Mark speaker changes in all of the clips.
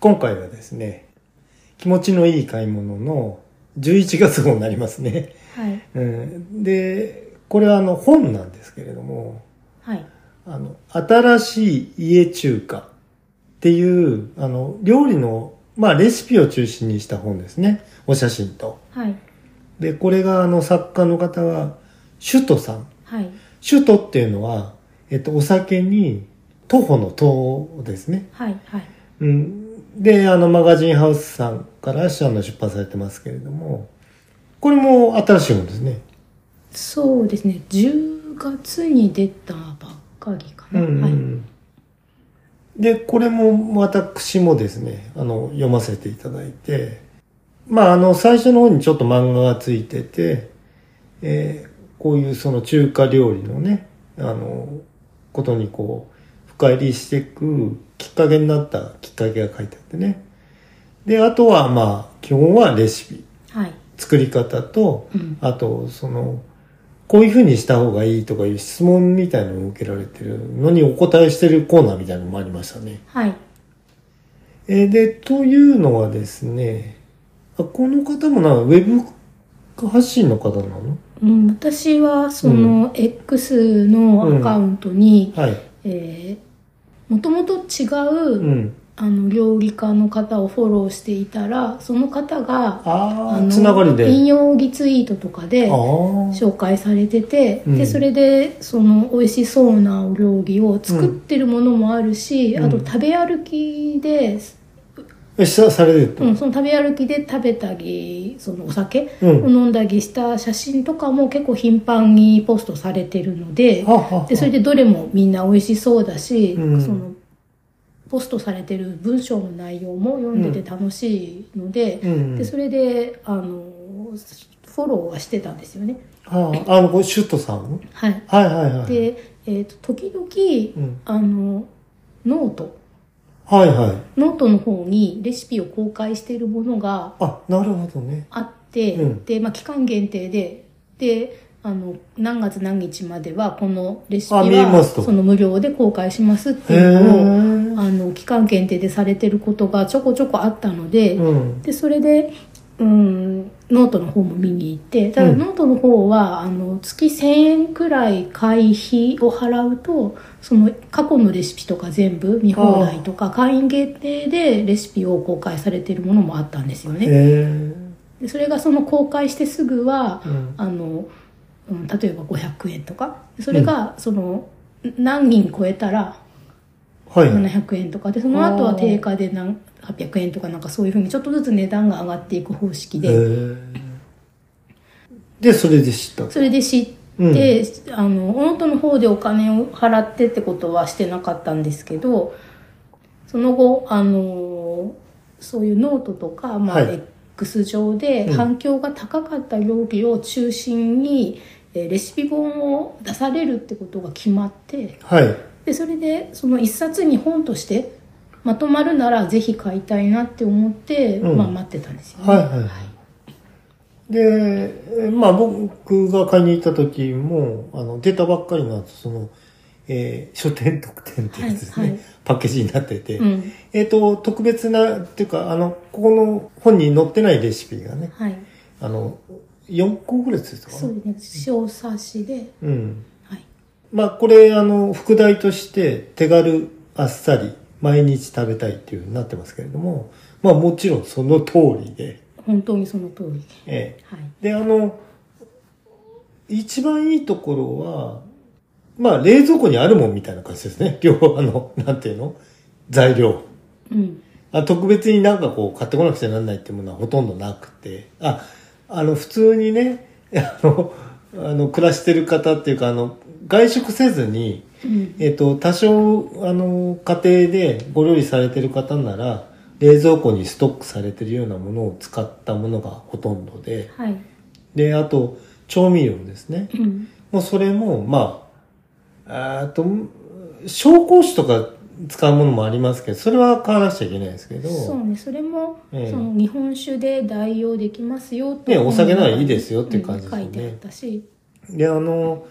Speaker 1: 今回はですね、気持ちのいい買い物の11月号になりますね。
Speaker 2: はい。
Speaker 1: うん、で、これはあの本なんですけれども、
Speaker 2: はい。
Speaker 1: あの、新しい家中華っていう、あの、料理の、まあ、レシピを中心にした本ですね。お写真と。
Speaker 2: はい。
Speaker 1: で、これがあの、作家の方は、首都さん。
Speaker 2: はい。
Speaker 1: 首都っていうのは、えっと、お酒に、徒歩の徒ですね。
Speaker 2: はい。はい。
Speaker 1: うん。で、あの、マガジンハウスさんから、あの、出版されてますけれども、これも新しい本ですね。
Speaker 2: そうですね。10月に出たばっかりか
Speaker 1: う
Speaker 2: な。
Speaker 1: んう
Speaker 2: はい。
Speaker 1: んで、これも私もですね、あの、読ませていただいて、まあ、あの、最初の方にちょっと漫画がついてて、えーこういうその中華料理のね、あの、ことにこう、深入りしていくきっかけになったきっかけが書いてあってね。で、あとはまあ、基本はレシピ、
Speaker 2: はい。
Speaker 1: 作り方と、
Speaker 2: うん。
Speaker 1: あと、その、こういうふうにした方がいいとかいう質問みたいなのを受けられてるのにお答えしてるコーナーみたいなのもありましたね。
Speaker 2: はい。
Speaker 1: えーで、というのはですね、あこの方もな、ウェブ発信の方なの
Speaker 2: うん、私は、その、X のアカウントに、
Speaker 1: はい。
Speaker 2: えー、もともと違
Speaker 1: う
Speaker 2: う、
Speaker 1: ん。
Speaker 2: あの、料理家の方をフォローしていたら、その方が、
Speaker 1: あ
Speaker 2: の
Speaker 1: あ、つながりで。
Speaker 2: 引用リツイートとかで
Speaker 1: あ、あ。
Speaker 2: 紹介されてて、
Speaker 1: うん
Speaker 2: でそれでその美味しそうなお料理を作ってるものもあるし、
Speaker 1: うん
Speaker 2: あと食べ歩きで、
Speaker 1: え、さ、されてると。
Speaker 2: うんその食べ歩きで食べたりそのお酒
Speaker 1: う
Speaker 2: を
Speaker 1: ん。
Speaker 2: 飲んだりした写真とかも結構頻繁にポストされてるので
Speaker 1: はあはあ
Speaker 2: でそれでどれもみんな美味しそうだし、
Speaker 1: うん
Speaker 2: そのポストされてる文章の内容も読んでて楽しいので,、
Speaker 1: うん。
Speaker 2: でそれであのフォローはしてたんですよね。
Speaker 1: はあ、あの、これ、シュットさん
Speaker 2: はい
Speaker 1: はいはいはい。
Speaker 2: で、えっと時々
Speaker 1: うん。
Speaker 2: あのノート
Speaker 1: はいはい。
Speaker 2: ノートの方にレシピを公開しているものが
Speaker 1: あ、なるほどね。
Speaker 2: あって、
Speaker 1: うん
Speaker 2: で、まあ、期間限定でであの何月何日まではこのレシピ
Speaker 1: あ見えま
Speaker 2: は
Speaker 1: すと
Speaker 2: その無料で公開しますって
Speaker 1: へ
Speaker 2: いうのを
Speaker 1: え。
Speaker 2: あの期間限定でされてることがちょこちょこあったので、
Speaker 1: うん。
Speaker 2: でそれでうんノートの方も見に行ってただ
Speaker 1: うん
Speaker 2: ノートの方は、あの月1000円くらい会費を払うとその過去のレシピとか全部見放題とか会員限定でレシピを公開されているものもあったんですよね。
Speaker 1: へ
Speaker 2: でそれがその公開してすぐは
Speaker 1: え。うん。
Speaker 2: あの、うん、例えば500円とかそれがその、何人超えたら
Speaker 1: はい。
Speaker 2: 700円とかでその後は定価で何800円とかなんかそういうふうにちょっとずつ値段が上がっていく方式
Speaker 1: へ
Speaker 2: で
Speaker 1: ーで、それで知った。
Speaker 2: それで知って、あのオノトの方でお金を払ってってことはしてなかったんですけどその後あのそういうノートとか、まあ
Speaker 1: はい
Speaker 2: X 上で
Speaker 1: うん
Speaker 2: 反響が高かった料理を中心に、えーレシピ本を出されるってことが決まって。
Speaker 1: はい。
Speaker 2: でそれでその一冊に本としてまとまるならぜひ買いたいなって思って、
Speaker 1: うん
Speaker 2: まあ、待ってたんですよね
Speaker 1: はいはいはい。で、えーまあ僕が買いに行った時も、あの、出たばっかりの後、その、えー書店特典ってやつですね、
Speaker 2: はいはい
Speaker 1: パッケージになってて、
Speaker 2: うん
Speaker 1: えっ、と、特別な、っていうか、あの、ここの本に載ってないレシピがね、
Speaker 2: はい、
Speaker 1: あの、4個ぐらいついてたか
Speaker 2: そ
Speaker 1: な
Speaker 2: う。ですね塩差しで、
Speaker 1: うん。
Speaker 2: はい、
Speaker 1: まあこれ、あの、副題として、手軽、あっさり、毎日食べたいっていうふうになってますけれども、まあもちろんその通りで、
Speaker 2: 本当にその通りで、
Speaker 1: ええ
Speaker 2: はい、
Speaker 1: で、あの、一番いいところは、まあ、冷蔵庫にあるもんみたいな感じですね。 両方、あの、なんていうの材料。
Speaker 2: うん
Speaker 1: あ特別になんかこう、買ってこなくちゃなんないっていうものはほとんどなくて。あ、あの、普通にね、あの、あの、暮らしてる方っていうか、あの、外食せずに、
Speaker 2: うん
Speaker 1: えっと、多少、あの、家庭でご料理されてる方なら、冷蔵庫にストックされてるようなものを使ったものがほとんどで、
Speaker 2: はい
Speaker 1: で、あと、調味料ですね。
Speaker 2: うん
Speaker 1: もうそれも、まあ、あーと、紹興酒とか使うものもありますけど、それは買わなくちゃいけないですけど、
Speaker 2: そうねそれも、
Speaker 1: ええ
Speaker 2: その日本酒で代用できますよと
Speaker 1: ねお酒ならいいですよっていう感じです
Speaker 2: うん
Speaker 1: よね
Speaker 2: 書いてあったし
Speaker 1: で、あの、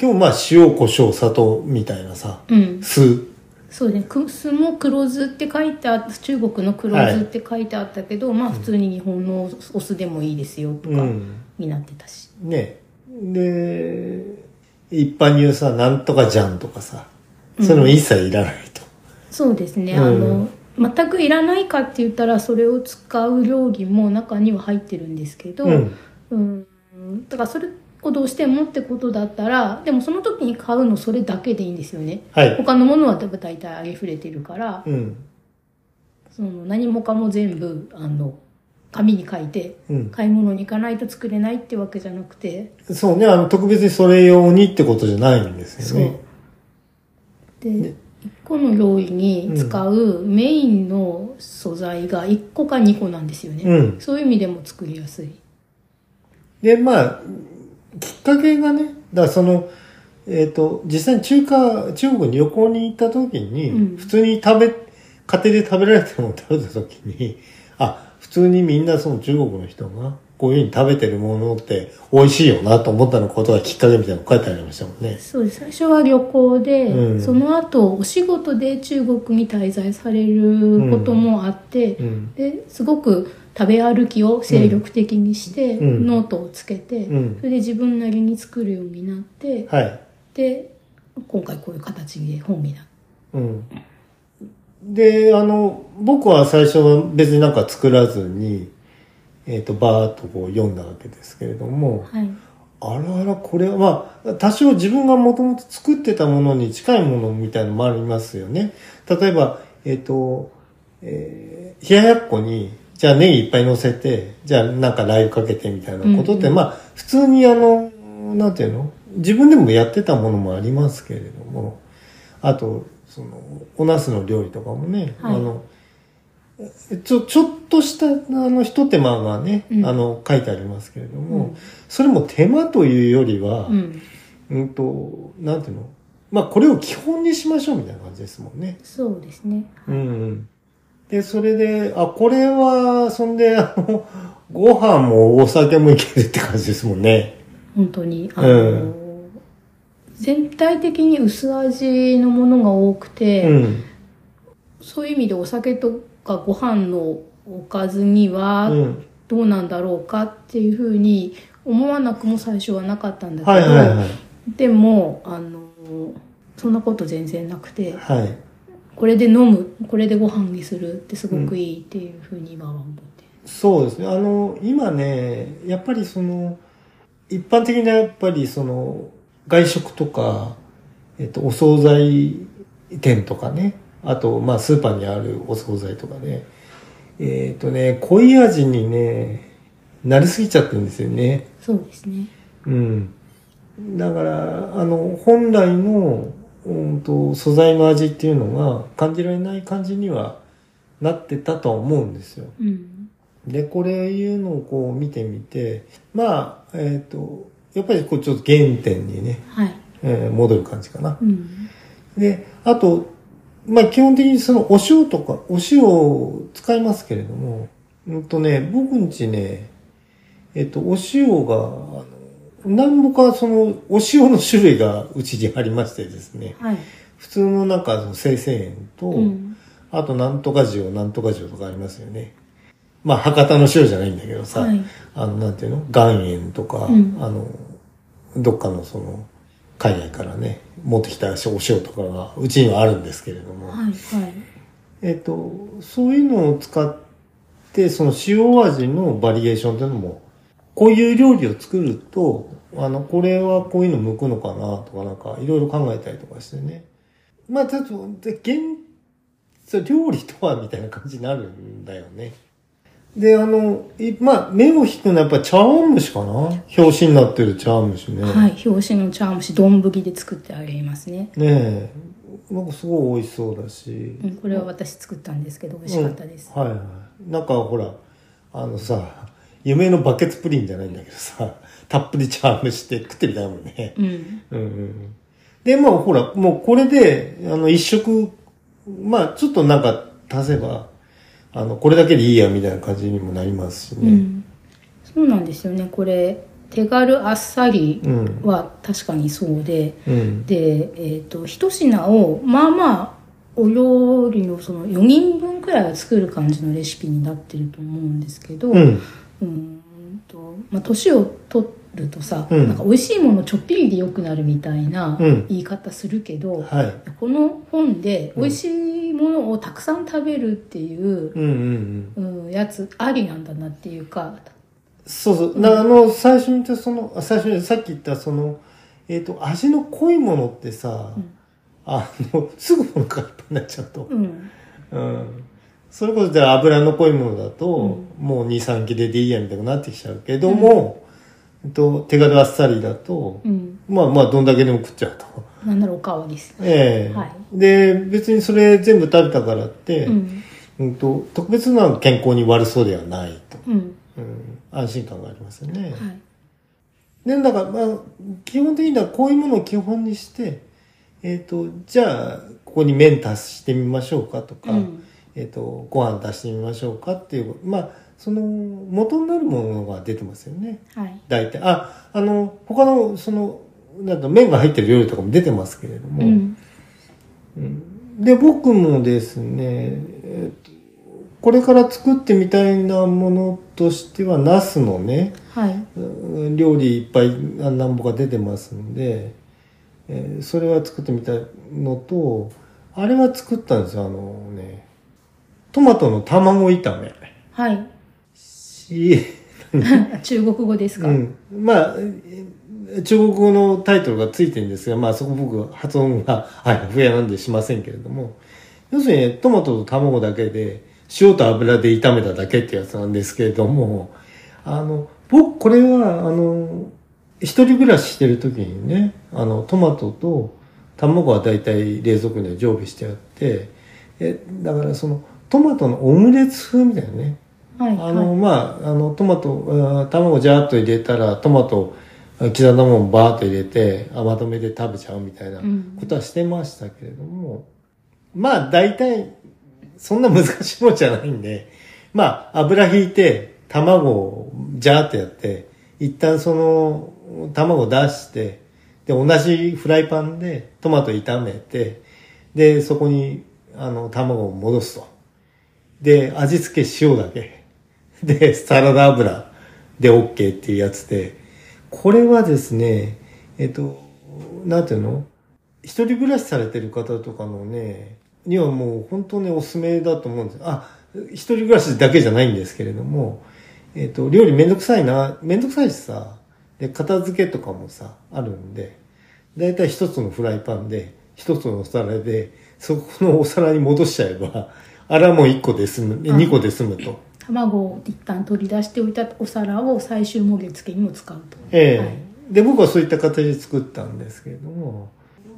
Speaker 1: 今日まあ、塩、胡椒、砂糖みたいなさ、
Speaker 2: うん
Speaker 1: 酢
Speaker 2: そうねく酢も黒酢って書いてあった中国の黒酢って書いてあったけど、まあ普通に日本のお酢でもいいですよとか
Speaker 1: うん
Speaker 2: になってたし、
Speaker 1: ねで、一般に言うさ、なんとかじゃんとかさ、そういうのも一切いらないと。
Speaker 2: そうですね、
Speaker 1: うん
Speaker 2: あの全くいらないかって言ったらそれを使う料理も中には入ってるんですけど、
Speaker 1: うん
Speaker 2: うんだからそれをどうしてもってことだったらでもその時に買うのそれだけでいいんですよね
Speaker 1: はい。
Speaker 2: 他のものは多分大体あげふれてるから、
Speaker 1: うん。
Speaker 2: その何もかも全部あの紙に書いて
Speaker 1: うん。
Speaker 2: 買い物に行かないと作れないってわけじゃなくて、
Speaker 1: そうね、あの、特別にそれ用にってことじゃないんです
Speaker 2: そ
Speaker 1: よ
Speaker 2: う
Speaker 1: ね。
Speaker 2: で1個の料理に使うメインの素材が1個か2個なんですよね、
Speaker 1: うん
Speaker 2: そういう意味でも作りやすい
Speaker 1: で、まあ、きっかけがね、だからその、えっ、と、実際に中華、中国に旅行に行った時に、
Speaker 2: うん
Speaker 1: 普通に食べ、家庭で食べられたものを食べた時に、あ、普通にみんなその中国の人が、こういうふうに食べてるものって美味しいよなと思ったのことがきっかけみたいなの書いてありましたもんね。
Speaker 2: そうです最初は旅行で、
Speaker 1: うん
Speaker 2: その後お仕事で中国に滞在されることもあって、
Speaker 1: うん。
Speaker 2: ですごく食べ歩きを精力的にして、
Speaker 1: うん
Speaker 2: ノートをつけて、
Speaker 1: うん
Speaker 2: それで自分なりに作るようになって、
Speaker 1: はい。
Speaker 2: で今回こういう形で本になっ
Speaker 1: うん。で、あの、僕は最初は別になんか作らずに、えっ、と、バーっとこう読んだわけですけれども、
Speaker 2: はい、
Speaker 1: あらあら、これは、まあ、多少自分がもともと作ってたものに近いものみたいのもありますよね。例えば、えっ、と、えー冷ややっこに、じゃあネギいっぱい乗せて、じゃあなんかラー油かけてみたいなことって、
Speaker 2: うんうん
Speaker 1: まあ、普通にあの、なんていうの自分でもやってたものもありますけれども、あと、その、お茄子の料理とかもね、
Speaker 2: はい
Speaker 1: あの、ちょ、ちょっとした、あの、一手間がね、
Speaker 2: うん
Speaker 1: あの、書いてありますけれども、
Speaker 2: うん
Speaker 1: それも手間というよりは、
Speaker 2: う
Speaker 1: うん、
Speaker 2: ん、
Speaker 1: と、なんていうのまあ、これを基本にしましょうみたいな感じですもんね。
Speaker 2: そうですね、
Speaker 1: うん、うん。で、それで、あ、これは、そんで、あの、ご飯もお酒もいけるって感じですもんね。
Speaker 2: 本当にあの、全体的に薄味のものが多くて、
Speaker 1: うん。
Speaker 2: そういう意味でお酒とかご飯のおかずには、
Speaker 1: うん。
Speaker 2: どうなんだろうかっていうふうに思わなくも最初はなかったんだけど、
Speaker 1: はいはいはい。
Speaker 2: でもあのそんなこと全然なくて
Speaker 1: はい。
Speaker 2: これで飲むこれでご飯にするってすごくいいっていうふうに今は思って、
Speaker 1: そうですね。あの、今ね、やっぱりその、一般的なやっぱりその、外食とか、えっと、お惣菜店とかね、あと、まあ、スーパーにあるお惣菜とかね、えっとね、濃い味にね、なりすぎちゃってるんですよね。
Speaker 2: そうですね
Speaker 1: うん。だから、あの、本来の、うんと、素材の味っていうのが感じられない感じにはなってたとは思うんですよ。
Speaker 2: うん
Speaker 1: で、これいうのをこう見てみて、まあ、えっ、と、やっぱりこうちょっと原点にね、
Speaker 2: はい
Speaker 1: えー戻る感じかな。
Speaker 2: うん
Speaker 1: で、あと、まあ基本的にそのお塩とか、お塩を使いますけれども、うんとね、僕んちね、えっ、と、お塩が、あの、何ぼかその、お塩の種類がうちにありましてですね、
Speaker 2: はい
Speaker 1: 普通のなんかその生成塩と、
Speaker 2: うん
Speaker 1: あとなんとか塩、なんとか塩とかありますよね。まあ博多の塩じゃないんだけどさ、
Speaker 2: はい
Speaker 1: あの、なんていうの岩塩とか、
Speaker 2: うん
Speaker 1: あの、どっかのその、海外からね、持ってきたお塩とかが、うちにはあるんですけれども、
Speaker 2: はいはい
Speaker 1: えっと、そういうのを使って、その塩味のバリエーションっていうのも、こういう料理を作ると、あの、これはこういうの向くのかなとか、なんか、いろいろ考えたりとかしてね。まあ、ちょっと、で、現、そう料理とはみたいな感じになるんだよね。で、あの、いまあ、目を引くのはやっぱ茶碗蒸しかな表紙になってる茶碗蒸しね。
Speaker 2: はい表紙の茶碗蒸し丼で作ってありますね、
Speaker 1: ねえ。なんかすごい美味しそうだし。
Speaker 2: うん、これは私作ったんですけど美味しかったです、
Speaker 1: うんはいはいなんかほらあのさ夢のバケツプリンじゃないんだけどさ たっぷりチャームして食ってみたいもんね
Speaker 2: うん
Speaker 1: うんうんうんでもうほらもうこれであの一食まあちょっとなんか足せばあのこれだけでいいやみたいな感じにもなりますし
Speaker 2: う
Speaker 1: ね
Speaker 2: ん、そうなんですよねこれ手軽あっさり
Speaker 1: うん
Speaker 2: は確かにそうで、
Speaker 1: うん
Speaker 2: で、えー、と一品をまあまあお料理のその4人分くらいは作る感じのレシピになってると思うんですけど、
Speaker 1: うん。
Speaker 2: うーんと、まあ、年を取るとさ、
Speaker 1: うん
Speaker 2: なんか美味しいものちょっぴりで良くなるみたいな
Speaker 1: うん
Speaker 2: 言い方するけど、
Speaker 1: はい。
Speaker 2: この本で美味しいものをたくさん食べるっていう、
Speaker 1: うんうんうん。
Speaker 2: うん、やつありなんだなっていうか、
Speaker 1: そうそう。なあの、最初に言ったその、あ最初にさっき言ったその、えっ、と、味の濃いものってさ、
Speaker 2: うん
Speaker 1: あの、すぐお腹いっぱいになっちゃうと。
Speaker 2: うん、
Speaker 1: うん。それこそじゃあ油の濃いものだと、もう2、3切れでいいやみたいになってきちゃうけども、えっと、手軽あっさりだと、
Speaker 2: うん、
Speaker 1: まあまあどんだけでも食っちゃうと。
Speaker 2: なんならおかわりです。
Speaker 1: ええ
Speaker 2: はい
Speaker 1: で、別にそれ全部食べたからって、
Speaker 2: う
Speaker 1: うん
Speaker 2: ん、
Speaker 1: と特別な健康に悪そうではないと。
Speaker 2: うん、
Speaker 1: うん、安心感がありますよね。
Speaker 2: はい。
Speaker 1: で、だから、まあ、基本的にはこういうものを基本にして、えっ、と、じゃあ、ここに麺足してみましょうかとか、
Speaker 2: うん、
Speaker 1: えっ、と、ご飯足してみましょうかっていう、まあ、その、元になるものが出てますよね。
Speaker 2: はい。
Speaker 1: 大体。あ、あの、他の、その、なんか麺が入ってる料理とかも出てますけれども、
Speaker 2: うん、
Speaker 1: で、僕もですね、えっとこれから作ってみたいなものとしては、ナスのね、
Speaker 2: はい。
Speaker 1: うん料理いっぱいあなんぼか出てますんで、えーそれは作ってみたいのと、あれは作ったんですよ、あのね、トマトの卵炒め。
Speaker 2: はい。
Speaker 1: し、
Speaker 2: 中国語ですか、
Speaker 1: うん。まあ、え中国語のタイトルがついてるんですが、まあそこ僕発音が、 はい、不やなんでしませんけれども、要するにトマトと卵だけで、塩と油で炒めただけってやつなんですけれども、あの、僕、これは、あの、一人暮らししてる時にね、あの、トマトと卵はだいたい冷蔵庫には常備してあって、え、だからその、トマトのオムレツ風みたいなね、
Speaker 2: はい。
Speaker 1: あの、
Speaker 2: はい、
Speaker 1: まあ、あの、トマト、あー卵ジャーッと入れたら、トマト、あ刻んだもんバーッと入れて、あまとめて食べちゃうみたいな
Speaker 2: うん
Speaker 1: ことはしてましたけれども、まあ、大体、そんな難しいもんじゃないんで、まあ、油引いて、卵をジャーッとやって、一旦その、卵出して、で、同じフライパンでトマト炒めて、で、そこに、あの、卵を戻すと。で、味付け塩だけ。で、サラダ油で OK っていうやつで、これはですね、えっと、なんていうの一人暮らしされてる方とかのね、にはもう本当ね、おすすめだと思うんです。あ、一人暮らしだけじゃないんですけれども、えっと、料理めんどくさいな、めんどくさいしさ、で、片付けとかもさ、あるんで、だいたい一つのフライパンで、一つのお皿で、そこのお皿に戻しちゃえば、あらもう一個で済む、え
Speaker 2: あ
Speaker 1: 二個で済むと。
Speaker 2: 卵を一旦取り出しておいたお皿を最終もげ付けにも使うと。
Speaker 1: ええ
Speaker 2: はい
Speaker 1: で、僕はそういった形で作ったんですけれども、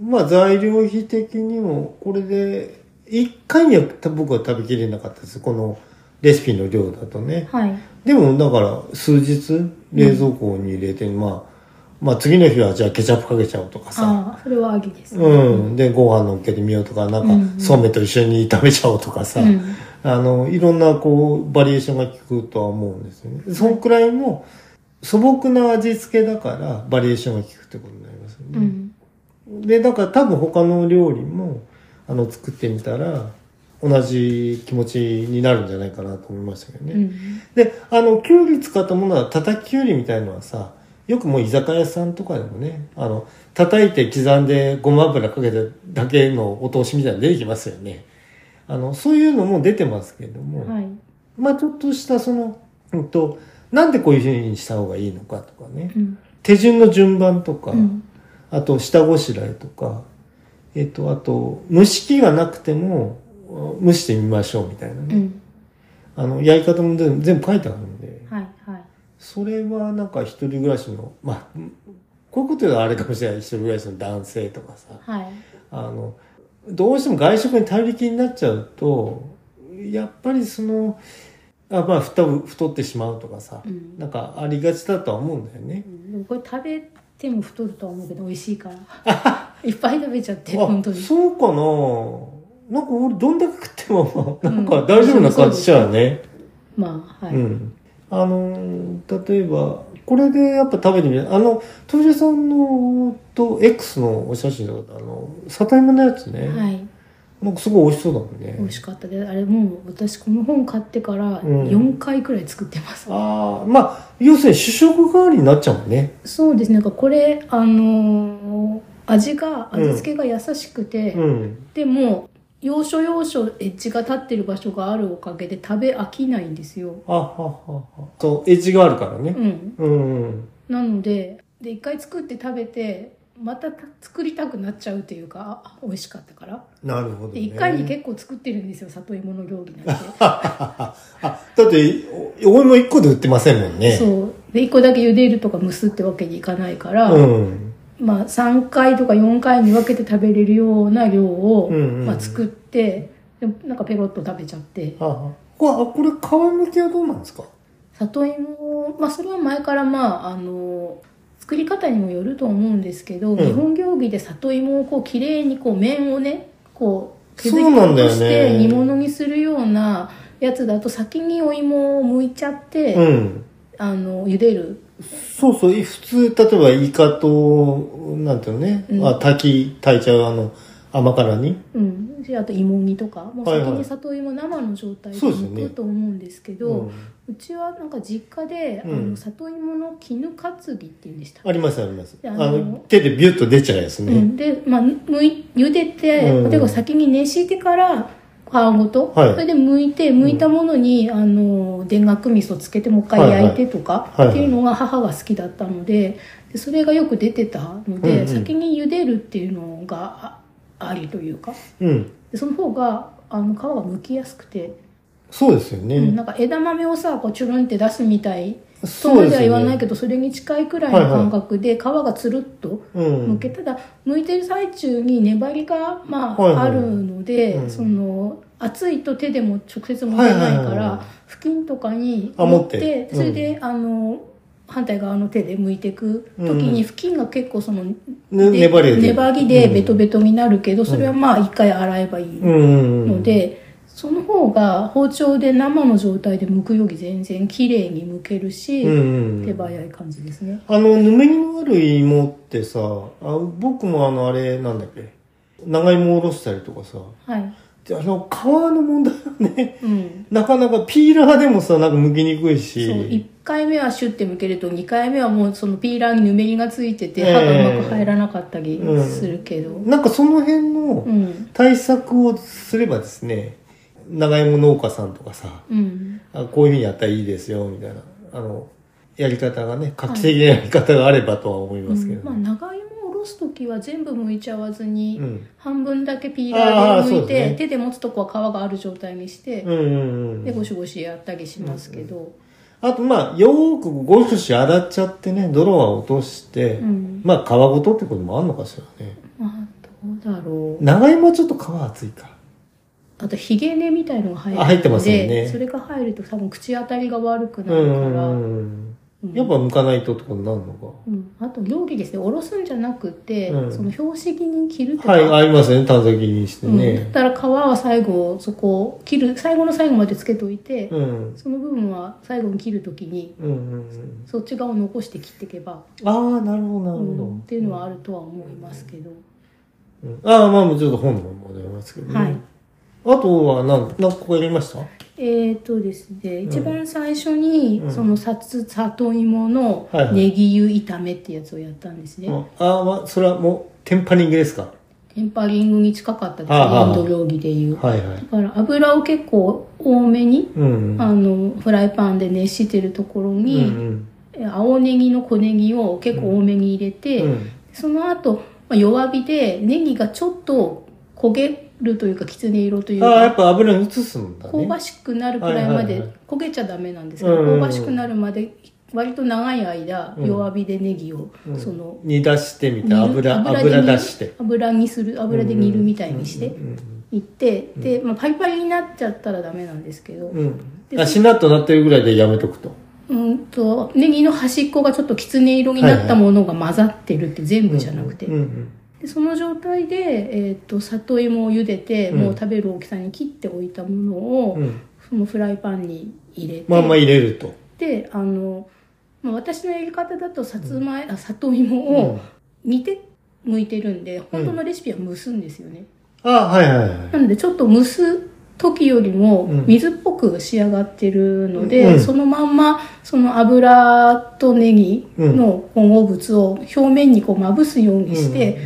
Speaker 1: まあ材料費的にも、これで、一回には僕は食べきれなかったです。このレシピの量だとね。
Speaker 2: はい。
Speaker 1: でも、だから、数日、冷蔵庫に入れて、まあ、まあ次の日はじゃあケチャップかけちゃおうとかさ。
Speaker 2: ああ、それはありです、ね。
Speaker 1: うん。で、ご飯乗っけてみようとか、なんか、
Speaker 2: うんうん
Speaker 1: そうめんと一緒に炒めちゃおうとかさ。
Speaker 2: うん
Speaker 1: あの、いろんな、こう、バリエーションが効くとは思うんですよね。そのくらいの素朴な味付けだから、バリエーションが効くってことになりますよ
Speaker 2: う
Speaker 1: ね。
Speaker 2: ん。
Speaker 1: で、だから多分他の料理も、あの、作ってみたら、同じ気持ちになるんじゃないかなと思いましたけどね。
Speaker 2: うん。
Speaker 1: で、あの、きゅうり使ったものは、叩ききゅうりみたいのはさ、よくもう居酒屋さんとかでもね、あの、叩いて刻んでごま油かけただけのお通しみたいなの出てきますよね。あの、そういうのも出てますけれども、
Speaker 2: はい。
Speaker 1: まあちょっとしたその、うんと、なんでこういうふうにした方がいいのかとかね、
Speaker 2: うん。
Speaker 1: 手順の順番とか、
Speaker 2: うん。
Speaker 1: あと下ごしらえとか、えっと、あと、蒸し器がなくても、蒸してみましょうみたいな
Speaker 2: う
Speaker 1: ね。
Speaker 2: ん。
Speaker 1: あの、やり方も全部全部書いてあるんで、
Speaker 2: はい。はい。
Speaker 1: それはなんか一人暮らしの、まあ、こういうことはあれかもしれない。一人暮らしの男性とかさ。
Speaker 2: はい。
Speaker 1: あの、どうしても外食に頼り気になっちゃうと、やっぱりその、あまあ太ぶ、太ってしまうとかさ
Speaker 2: う、ん。
Speaker 1: なんかありがちだとは思うんだよね
Speaker 2: う。んでもこれ食べても太るとは思うけど、美味しいから。 いっぱい食べちゃって、本当
Speaker 1: あ、
Speaker 2: に。
Speaker 1: そうかななんか俺どんだけ食っても、
Speaker 2: うん
Speaker 1: なんか大丈夫な感じしちゃうね。
Speaker 2: まあ、はい。
Speaker 1: うん、あのー例えばこれでやっぱ食べてみるあの鳥羽さんのと X のお写真だとあの里芋のやつね、
Speaker 2: はい。
Speaker 1: なんかすごい美味しそうだもんね
Speaker 2: 美味しかったですあれもう私この本買ってから
Speaker 1: うん
Speaker 2: 4回くらい作ってます、
Speaker 1: ああまあ要するに主食代わりになっちゃうもんね
Speaker 2: そうですねなんかこれあのー味が味付けが優しくて、
Speaker 1: うん
Speaker 2: でも要所要所エッジが立ってる場所があるおかげで食べ飽きないんですよ
Speaker 1: あはははそうエッジがあるからね
Speaker 2: うん
Speaker 1: うん、うん、
Speaker 2: なのでで一回作って食べてまたた作りたくなっちゃうというかあ美味しかったから
Speaker 1: なるほど、
Speaker 2: で
Speaker 1: ね、
Speaker 2: 1回に結構作ってるんですよ里芋の料理なんて
Speaker 1: あだっておお芋1個で売ってませんもんね
Speaker 2: そうで1個だけ茹でるとか蒸すってわけにいかないから、
Speaker 1: うん
Speaker 2: まあ、3回とか4回に分けて食べれるような量を、
Speaker 1: うんうんうん
Speaker 2: まあ、作ってでなんかペロッと食べちゃって
Speaker 1: あはこれあこれ皮むきはどうなんですか
Speaker 2: 里芋、まあ、それは前からまああの作り方にもよると思うんですけど、
Speaker 1: ん
Speaker 2: 日本料理で里芋をこう綺麗にこう面をねこう削り
Speaker 1: そうなん
Speaker 2: 落
Speaker 1: だよ
Speaker 2: と
Speaker 1: ね
Speaker 2: して煮物にするようなやつだと先にお芋を剥いちゃって、
Speaker 1: うん
Speaker 2: あの茹でる
Speaker 1: そうそうい普通例えばイカとなんていうのね、
Speaker 2: うん
Speaker 1: あ炊き炊いちゃうあの甘辛に
Speaker 2: うん、であと芋煮とかもう
Speaker 1: はいはい
Speaker 2: 先に里芋生の状態で
Speaker 1: そうですよ
Speaker 2: 剥
Speaker 1: ね
Speaker 2: くと思うんですけどう
Speaker 1: うん
Speaker 2: ちはなんか実家で、
Speaker 1: うん
Speaker 2: あの里芋の絹担ぎっていうんでしたっけ
Speaker 1: ありますあります
Speaker 2: で
Speaker 1: あ
Speaker 2: あ
Speaker 1: の
Speaker 2: の
Speaker 1: 手でビュッと出ちゃうやつ
Speaker 2: う
Speaker 1: ね、
Speaker 2: ん、で、まあ、むい茹でて、
Speaker 1: うん
Speaker 2: でも先に熱してから皮ごと、
Speaker 1: はい
Speaker 2: それで剥いて剥いたものに、あの田楽味噌つけてもう一回
Speaker 1: はいはい
Speaker 2: 焼いてとか、
Speaker 1: はいはい
Speaker 2: っていうのが母が好きだったのででそれがよく出てたので、
Speaker 1: うんうん
Speaker 2: 先に茹でるっていうのがあありというか
Speaker 1: うん
Speaker 2: でその方があの皮が剥きやすくて。
Speaker 1: そうですよね、
Speaker 2: うん、なんか枝豆をさこうチュルンって出すみたいと
Speaker 1: そう
Speaker 2: ま
Speaker 1: で
Speaker 2: ですは
Speaker 1: よね
Speaker 2: 言わないけどそれに近いくらいの感覚で皮がつるっと
Speaker 1: うん
Speaker 2: むけ、ただ剥いてる最中に粘りが、まあ
Speaker 1: はいはい
Speaker 2: あるので、
Speaker 1: うん
Speaker 2: その熱いと手でも直接持てないから、
Speaker 1: はいはいはいはい
Speaker 2: 布巾とかに
Speaker 1: あ
Speaker 2: 持
Speaker 1: 持っ
Speaker 2: ってて
Speaker 1: うん
Speaker 2: それで、あの反対側の手で剥いていく
Speaker 1: う
Speaker 2: 時
Speaker 1: んうん
Speaker 2: に布巾が結構その、
Speaker 1: ね、
Speaker 2: で
Speaker 1: 粘りが出る
Speaker 2: 粘りでベトベトになるけど、それはまあ一回洗えばいい。
Speaker 1: うん
Speaker 2: ので、その方が包丁で生の状態で剥くより全然綺麗に剥けるし、
Speaker 1: うんうん
Speaker 2: 手早い感じですね。
Speaker 1: あの、ぬめりのある芋ってさ、あ僕もあの、あれ、なんだっけ、長芋をおろしたりとかさ、
Speaker 2: はい。
Speaker 1: であの、皮の問題はね、
Speaker 2: うん。
Speaker 1: なかなかピーラーでもさ、なんか剥きにくいし、
Speaker 2: そう1回目はシュッて剥けると2回目はもうそのピーラーにぬめりがついてて
Speaker 1: ええ
Speaker 2: 歯がうまく入らなかったりするけど、うん
Speaker 1: なんかその辺の対策をすればですね、長芋農家さんとかさ、
Speaker 2: うん
Speaker 1: あこういうふうにやったらいいですよ、みたいな、あの、やり方がね、画期的なやり方があればとは思いますけど、
Speaker 2: まあ、長芋をおろす時は全部剥いちゃわずに、
Speaker 1: うん
Speaker 2: 半分だけピーラーで
Speaker 1: あーそ
Speaker 2: 剥
Speaker 1: うで
Speaker 2: いて、
Speaker 1: すね
Speaker 2: 手で持つとこは皮がある状態にして、
Speaker 1: うんうんう
Speaker 2: で
Speaker 1: ん。
Speaker 2: ゴシゴシやったりしますけど、
Speaker 1: あとまあ、よーくゴシゴシ洗っちゃってね、泥は落として、
Speaker 2: うん
Speaker 1: まあ皮ごとってこともあるのかしらね。
Speaker 2: まあどうだろう
Speaker 1: 長芋はちょっと皮厚いか。
Speaker 2: あとひげ根みたいのが入る
Speaker 1: あ入ってますよね
Speaker 2: のでそれが入ると多分口当たりが悪くな
Speaker 1: う
Speaker 2: る
Speaker 1: ん
Speaker 2: か
Speaker 1: う
Speaker 2: ら、
Speaker 1: んうん
Speaker 2: うん
Speaker 1: やっぱ剥かないとってことになるのか。
Speaker 2: うん、あと料理ですねおろすんじゃなくて、
Speaker 1: うん
Speaker 2: その標識に切るとか、
Speaker 1: はい、合いますね、短冊切りにして
Speaker 2: うんだっ
Speaker 1: ね。
Speaker 2: たら皮は最後そこを切る最後の最後までつけといて、
Speaker 1: うん。
Speaker 2: その部分は最後に切るときに
Speaker 1: うんうんうん。
Speaker 2: そっち側を残して切っていけば、
Speaker 1: ああ、なるほど、なる
Speaker 2: う
Speaker 1: ほど。
Speaker 2: んっていうのはあるとは思いますけど、
Speaker 1: うんああ、まあもうちょっと本の方もありますけどね。
Speaker 2: はい。
Speaker 1: あとは何、何個やりました
Speaker 2: えーとですね、
Speaker 1: ん
Speaker 2: 一番最初に、
Speaker 1: うん
Speaker 2: そのさつ里芋の
Speaker 1: はいはい
Speaker 2: ネギ油炒めってやつをやったんですね、
Speaker 1: ああ、まあ、それはもう、テンパリングですか
Speaker 2: テンパリングに近かったですね、
Speaker 1: はあはあ
Speaker 2: インド料理でいう、
Speaker 1: はいはい
Speaker 2: だ。から油を結構多めに、
Speaker 1: うん。
Speaker 2: あのフライパンで熱してるところ
Speaker 1: うんう
Speaker 2: に、
Speaker 1: ん。
Speaker 2: え青ネギの小ネギを結構多めに入れて、
Speaker 1: うん。
Speaker 2: その後、まあ弱火でネギがちょっと焦げるというかきつね色という
Speaker 1: ああ、やっ
Speaker 2: か
Speaker 1: ぱ油に移すんだ
Speaker 2: 香
Speaker 1: ね。
Speaker 2: ばしくなるくらいま
Speaker 1: はいはい
Speaker 2: で
Speaker 1: はい
Speaker 2: 焦げちゃダメなんですけ
Speaker 1: うんうんう
Speaker 2: ど
Speaker 1: ん
Speaker 2: 香ばしくなるまで割と長い間
Speaker 1: うん
Speaker 2: 弱火でネギを
Speaker 1: うん
Speaker 2: その
Speaker 1: 煮出してみ
Speaker 2: 煮
Speaker 1: た
Speaker 2: る
Speaker 1: 油油
Speaker 2: で煮る
Speaker 1: 出して
Speaker 2: 油にする油で煮るみたいにして
Speaker 1: うん
Speaker 2: いってでまあパリパリになっちゃったらダメなんですけど
Speaker 1: うんうんうんあしなっとなってるぐらいでやめとくと
Speaker 2: うんとネギの端っこがちょっときつね色になったものが混ざってるって全部じゃなくて
Speaker 1: うんうん
Speaker 2: でその状態で、えー、と里芋を茹でて、
Speaker 1: うん
Speaker 2: もう食べる大きさに切っておいたものを、
Speaker 1: うん
Speaker 2: そのフライパンに入れて、
Speaker 1: まあまあ入れると
Speaker 2: であの、まあ、私のやり方だとさつまい、あ里芋を煮て剥いてるんで本当のレシピは蒸すんですよね、
Speaker 1: あ、はいはいはい。
Speaker 2: なのでちょっと蒸す時よりも
Speaker 1: うん
Speaker 2: 水っぽく仕上がってるので、
Speaker 1: うん
Speaker 2: そのまんまその油とネギの混合物を表面にこうまぶすようにして、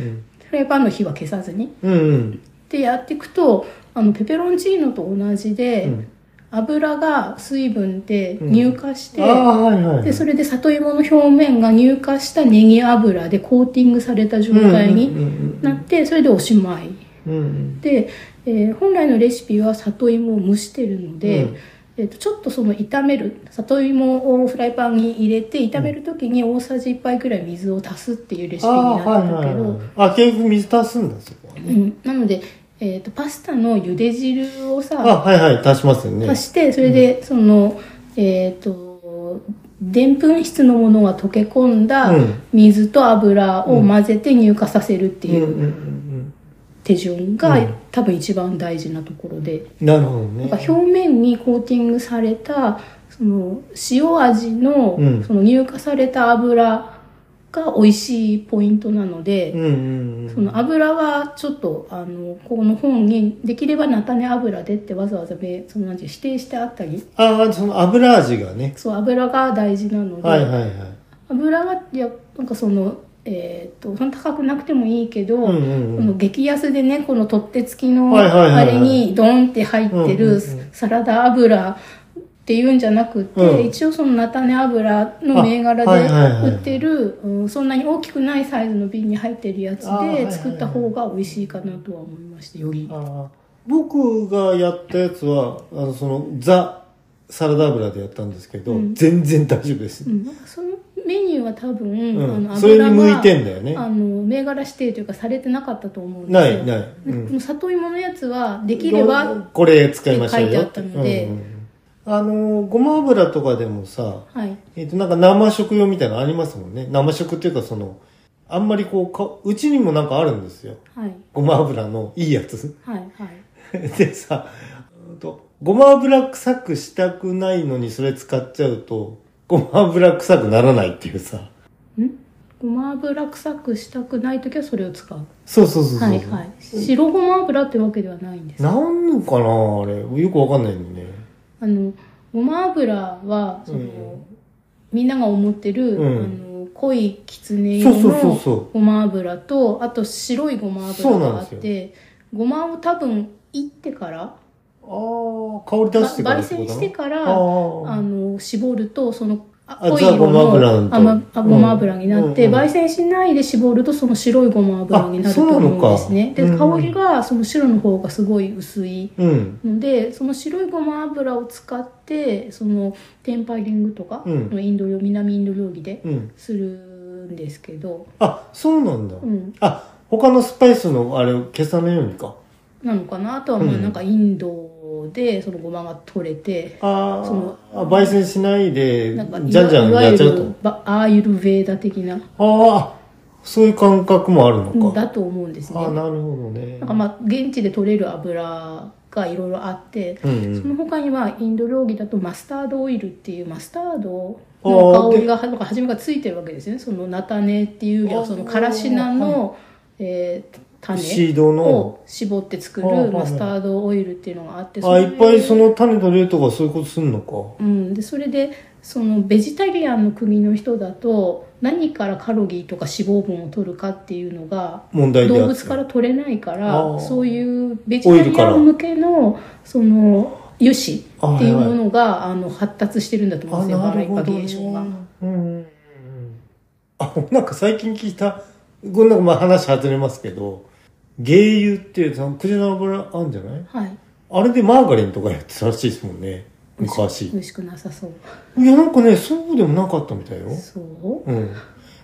Speaker 2: フライパンの火は消さずに
Speaker 1: うんうん、うん
Speaker 2: でやっていくとあのペペロンチーノと同じで、
Speaker 1: うん。うん
Speaker 2: 油が水分で乳化して、
Speaker 1: ああ、はいはい。
Speaker 2: でそれで里芋の表面が乳化したネギ油でコーティングされた状態
Speaker 1: うん
Speaker 2: に
Speaker 1: うん
Speaker 2: なって、それでおしまい
Speaker 1: うんうん
Speaker 2: で、えー本来のレシピは里芋を蒸してるので、
Speaker 1: うん
Speaker 2: えー、とちょっとその炒める里芋をフライパンに入れて炒める時に大さじ1杯くらい水を足すっていうレシ
Speaker 1: あ
Speaker 2: ピに
Speaker 1: あ、
Speaker 2: な
Speaker 1: はい
Speaker 2: ってる
Speaker 1: は
Speaker 2: けど、
Speaker 1: いはい。あ、結局水足すんだ、そこはね。
Speaker 2: うん、なので、えー、とパスタの茹で汁を
Speaker 1: あ、
Speaker 2: さ
Speaker 1: はいはい、足しますよね。
Speaker 2: 足してそれでそのえっ、とでんぷん質のものが溶け込んだ
Speaker 1: うん
Speaker 2: 水と油を混ぜて乳化させるって
Speaker 1: うん
Speaker 2: い
Speaker 1: うん
Speaker 2: う
Speaker 1: うんうん。
Speaker 2: 手順が、
Speaker 1: うん
Speaker 2: 多分一番大事なところで
Speaker 1: なるほどね。
Speaker 2: なんか表面にコーティングされたその塩味の,、
Speaker 1: うん
Speaker 2: その乳化された油が美味しいポイントなので、
Speaker 1: うんうんうん。
Speaker 2: その油はちょっとあのこの本にできれば菜種油でってわざわざべそのなんていう否定してあったり
Speaker 1: ああ、その油味がね。
Speaker 2: そう油が大事なので、
Speaker 1: はいはいはい。
Speaker 2: 油はいやなんかその、えー、とそんな高くなくてもいいけど、
Speaker 1: うんうん
Speaker 2: こ
Speaker 1: うん。
Speaker 2: の激安でねこの取っ手付きの
Speaker 1: はいはいはいは
Speaker 2: あ
Speaker 1: い
Speaker 2: れにドンって入って
Speaker 1: うんうんう
Speaker 2: る
Speaker 1: ん
Speaker 2: サラダ油っていうんじゃなくて、
Speaker 1: うん
Speaker 2: 一応その菜種油の銘柄
Speaker 1: あはいはいはい
Speaker 2: で売ってるうんそんなに大きくないサイズの瓶に入ってるやつ
Speaker 1: あはいはいはい
Speaker 2: で作った方が美味しいかなとは思いましたより。
Speaker 1: あー僕がやったやつは、あの、その、ザ、サラダ油でやったんですけど、
Speaker 2: うん
Speaker 1: 全然大丈夫です
Speaker 2: う。ん、なんかそのメニューは多分、
Speaker 1: うん
Speaker 2: あの
Speaker 1: それに向い
Speaker 2: 油
Speaker 1: て
Speaker 2: が
Speaker 1: んだよね。
Speaker 2: あの銘柄指定というかされてなかったと思うんです
Speaker 1: ない
Speaker 2: よ。。
Speaker 1: ないい。うん
Speaker 2: 里芋のやつはできれば、
Speaker 1: どうこれ使いましょうよ
Speaker 2: って書いてあったので
Speaker 1: うんうんあのごま油とかでもさ、
Speaker 2: はい。
Speaker 1: えっとなんか生食用みたいなのありますもんね生食っていうかそのあんまりこうかうちにもなんかあるんですよ
Speaker 2: はい。
Speaker 1: ごま油のいいやつ
Speaker 2: はい。はい。
Speaker 1: でさうんとごま油臭くしたくないのにそれ使っちゃうとごま油臭くならないっていうさ
Speaker 2: んごま油臭くしたくない時はそれを使う
Speaker 1: そうそうそうそう、
Speaker 2: はいはい白ごま油ってわけではないんです
Speaker 1: なんのかなあれよくわかんないんだよね
Speaker 2: あのごま油はその、
Speaker 1: うん
Speaker 2: みんなが思ってる、
Speaker 1: うん
Speaker 2: あの濃いきつね
Speaker 1: そう
Speaker 2: 色
Speaker 1: そうそう
Speaker 2: の
Speaker 1: そ
Speaker 2: ごま油とあと白いごま
Speaker 1: そう
Speaker 2: 油
Speaker 1: なん
Speaker 2: があ
Speaker 1: です
Speaker 2: っ
Speaker 1: よ
Speaker 2: てごまを多分いってから
Speaker 1: うああ香り出してか
Speaker 2: ば
Speaker 1: ら
Speaker 2: 焙煎してから
Speaker 1: あ
Speaker 2: あ
Speaker 1: ー
Speaker 2: の絞るとそのあ
Speaker 1: あ
Speaker 2: 濃い
Speaker 1: ザ
Speaker 2: 色
Speaker 1: ごま油
Speaker 2: の
Speaker 1: なんだ
Speaker 2: あまあごま油になって、
Speaker 1: うんうんうん
Speaker 2: 焙煎しないで絞るとその白いごま油になると思うんですね
Speaker 1: あ
Speaker 2: で
Speaker 1: そうなのかうん
Speaker 2: 香りがその白の方がすごい薄い
Speaker 1: うん。
Speaker 2: のでその白いごま油を使ってそのテンパイリングとか
Speaker 1: うん
Speaker 2: のインド料、南インド料理で
Speaker 1: うん。
Speaker 2: するんですけど、
Speaker 1: あ、そうなんだ。
Speaker 2: うん、
Speaker 1: あ、他のスパイスのあれを消さないようにか。
Speaker 2: なのかなあとはまあ
Speaker 1: うん
Speaker 2: なんかインドでそのごまが取れて。
Speaker 1: あ
Speaker 2: その
Speaker 1: あ、焙煎しないで、じ
Speaker 2: な
Speaker 1: ゃ
Speaker 2: んか
Speaker 1: んじゃん
Speaker 2: いわ
Speaker 1: やっ
Speaker 2: ゆ
Speaker 1: ちゃう
Speaker 2: る
Speaker 1: と。
Speaker 2: ばアーユルベーダ的な
Speaker 1: ああ、そういう感覚もあるのか。
Speaker 2: だと思うんですね
Speaker 1: ああ、なるほどね。
Speaker 2: なんかまあ現地で取れる油がいろいろあって、
Speaker 1: うんう
Speaker 2: そ
Speaker 1: ん。
Speaker 2: の他にはインド料理だとマスタードオイルっていうマスタードの香りがはなんか初めからついてるわけですよねその菜種っていうよりはそのからし菜の、えー
Speaker 1: シ
Speaker 2: 種
Speaker 1: ードの。
Speaker 2: を絞って作
Speaker 1: あーはいは
Speaker 2: る
Speaker 1: い
Speaker 2: マスタードオイルっていうのがあって
Speaker 1: あ、いっぱいそ
Speaker 2: の、
Speaker 1: の種取れるとかそういうことすんのか。
Speaker 2: うん、でそれでそのベジタリアンの国の人だと何からカロリーとか脂肪分を取るかっていうのが
Speaker 1: 問題であ
Speaker 2: 動
Speaker 1: って
Speaker 2: 物から取れないか
Speaker 1: あー
Speaker 2: らそういうベジタリアン向けのその油脂っていうものがあの発達してるんだと思う
Speaker 1: あ、
Speaker 2: んですよバ
Speaker 1: な
Speaker 2: ラ
Speaker 1: る
Speaker 2: イ
Speaker 1: ほ
Speaker 2: バ
Speaker 1: ど、
Speaker 2: リ
Speaker 1: ね。
Speaker 2: エーションが。
Speaker 1: うんうんうん。あ、なんか最近聞いた、こんなまあ話外れますけど、芸油っていう、そのクジの油あるんじゃない
Speaker 2: はい、
Speaker 1: あれでマーガリンとかやってたらしいですもんね。昔。い
Speaker 2: 美味しくなさそう
Speaker 1: や、なんかね、そうでもなかったみたいよ。
Speaker 2: そ
Speaker 1: う
Speaker 2: う
Speaker 1: ん。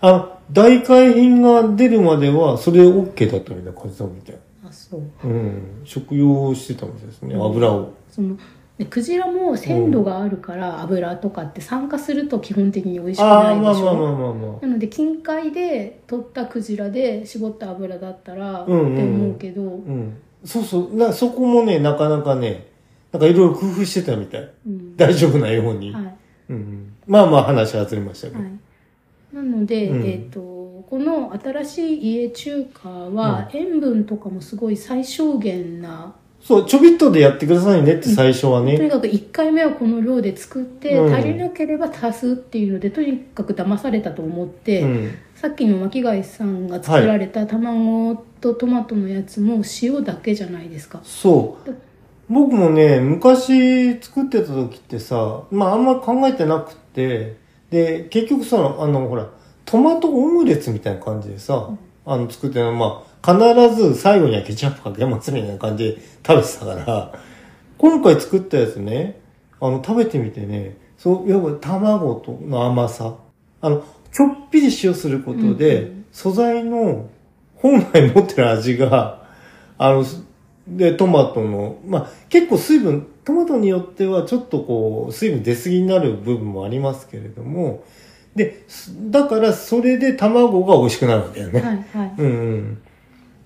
Speaker 1: あの、代替品が出るまでは、それ OK だったみたいな感じだみたい。
Speaker 2: あそう
Speaker 1: うん。食用してたみたいですね。
Speaker 2: うん
Speaker 1: 油を。
Speaker 2: そのでクジラも鮮度があるから油とかって酸化すると基本的に美味しく
Speaker 1: あ
Speaker 2: な
Speaker 1: あ、
Speaker 2: い
Speaker 1: まあ
Speaker 2: でし
Speaker 1: まあまあ
Speaker 2: ょ
Speaker 1: まあまあ。
Speaker 2: なので近海で取ったクジラで絞った油だったらって
Speaker 1: うんうんうん
Speaker 2: 思うけど、
Speaker 1: うん。そうそう。な、そこもね、なかなかね、なんかいろいろ工夫してたみたい。
Speaker 2: うん
Speaker 1: 大丈夫なように。
Speaker 2: はい
Speaker 1: うんうん。まあまあ話外れましたけど。
Speaker 2: はい、なので、
Speaker 1: うん
Speaker 2: えっとここの新しい家中華は塩分とかもすごい最小限な、
Speaker 1: そう、ちょびっとでやってくださいねって最初は
Speaker 2: とに
Speaker 1: ね。
Speaker 2: かく1回目はこの量で作って、
Speaker 1: うん
Speaker 2: 足りなければ足すっていうのでとにかく騙されたと思って、
Speaker 1: うん。
Speaker 2: さっきの巻貝さんが作られた卵とトマトのやつも塩だけじゃないですか、
Speaker 1: そう。僕もね、昔作ってた時ってさ、まああんま考えてなくて、で、結局その、あの、ほら、トマトオムレツみたいな感じでさ、あの、作ってたのまあ、必ず最後にはケチャップかけますみたいな感じで食べてたから、今回作ったやつね、あの、食べてみてね、そう、やっぱ卵との甘さ。あの、ちょっぴり塩することで、
Speaker 2: うんうん
Speaker 1: 素材の本来持ってる味が、あの、で、トマトの、まあ、結構水分、トマトによってはちょっとこう、水分出過ぎになる部分もありますけれども、で、すだからそれで卵が美味しくなるんだよね。
Speaker 2: はいはい、
Speaker 1: うん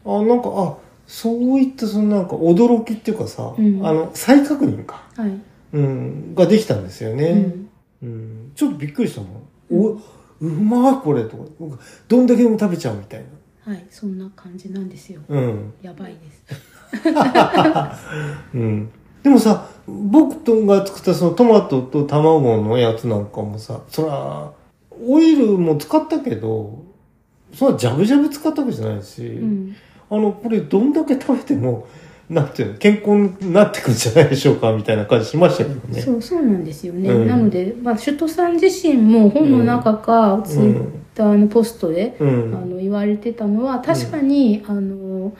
Speaker 1: うん。あ、なんか、あ、そういったそのなんか驚きっていうかさ、
Speaker 2: うん
Speaker 1: あの、再確認か。
Speaker 2: はい、
Speaker 1: うん、ができたんですよ
Speaker 2: う
Speaker 1: ね。
Speaker 2: ん、
Speaker 1: うん。ちょっとびっくりしたもん。お、うまいこれとか、なんかどんだけでも食べちゃうみたいな。
Speaker 2: はいそんな感じなんですよ
Speaker 1: うん。
Speaker 2: やばいです
Speaker 1: うん。でもさ、僕とが作ったそのトマトと卵のやつなんかもさ、そら、オイルも使ったけど、そんなジャブジャブ使ったわけじゃないし、
Speaker 2: うん
Speaker 1: あの、これどんだけ食べても、なんていうの、健康になってくんじゃないでしょうか、みたいな感じしましたけどね。
Speaker 2: そうそうなんですよね、
Speaker 1: うん
Speaker 2: なので、まあ、首都さん自身も本の中かツイッターのポストで、
Speaker 1: う
Speaker 2: あ
Speaker 1: ん。
Speaker 2: の言われてたのは確かに、あの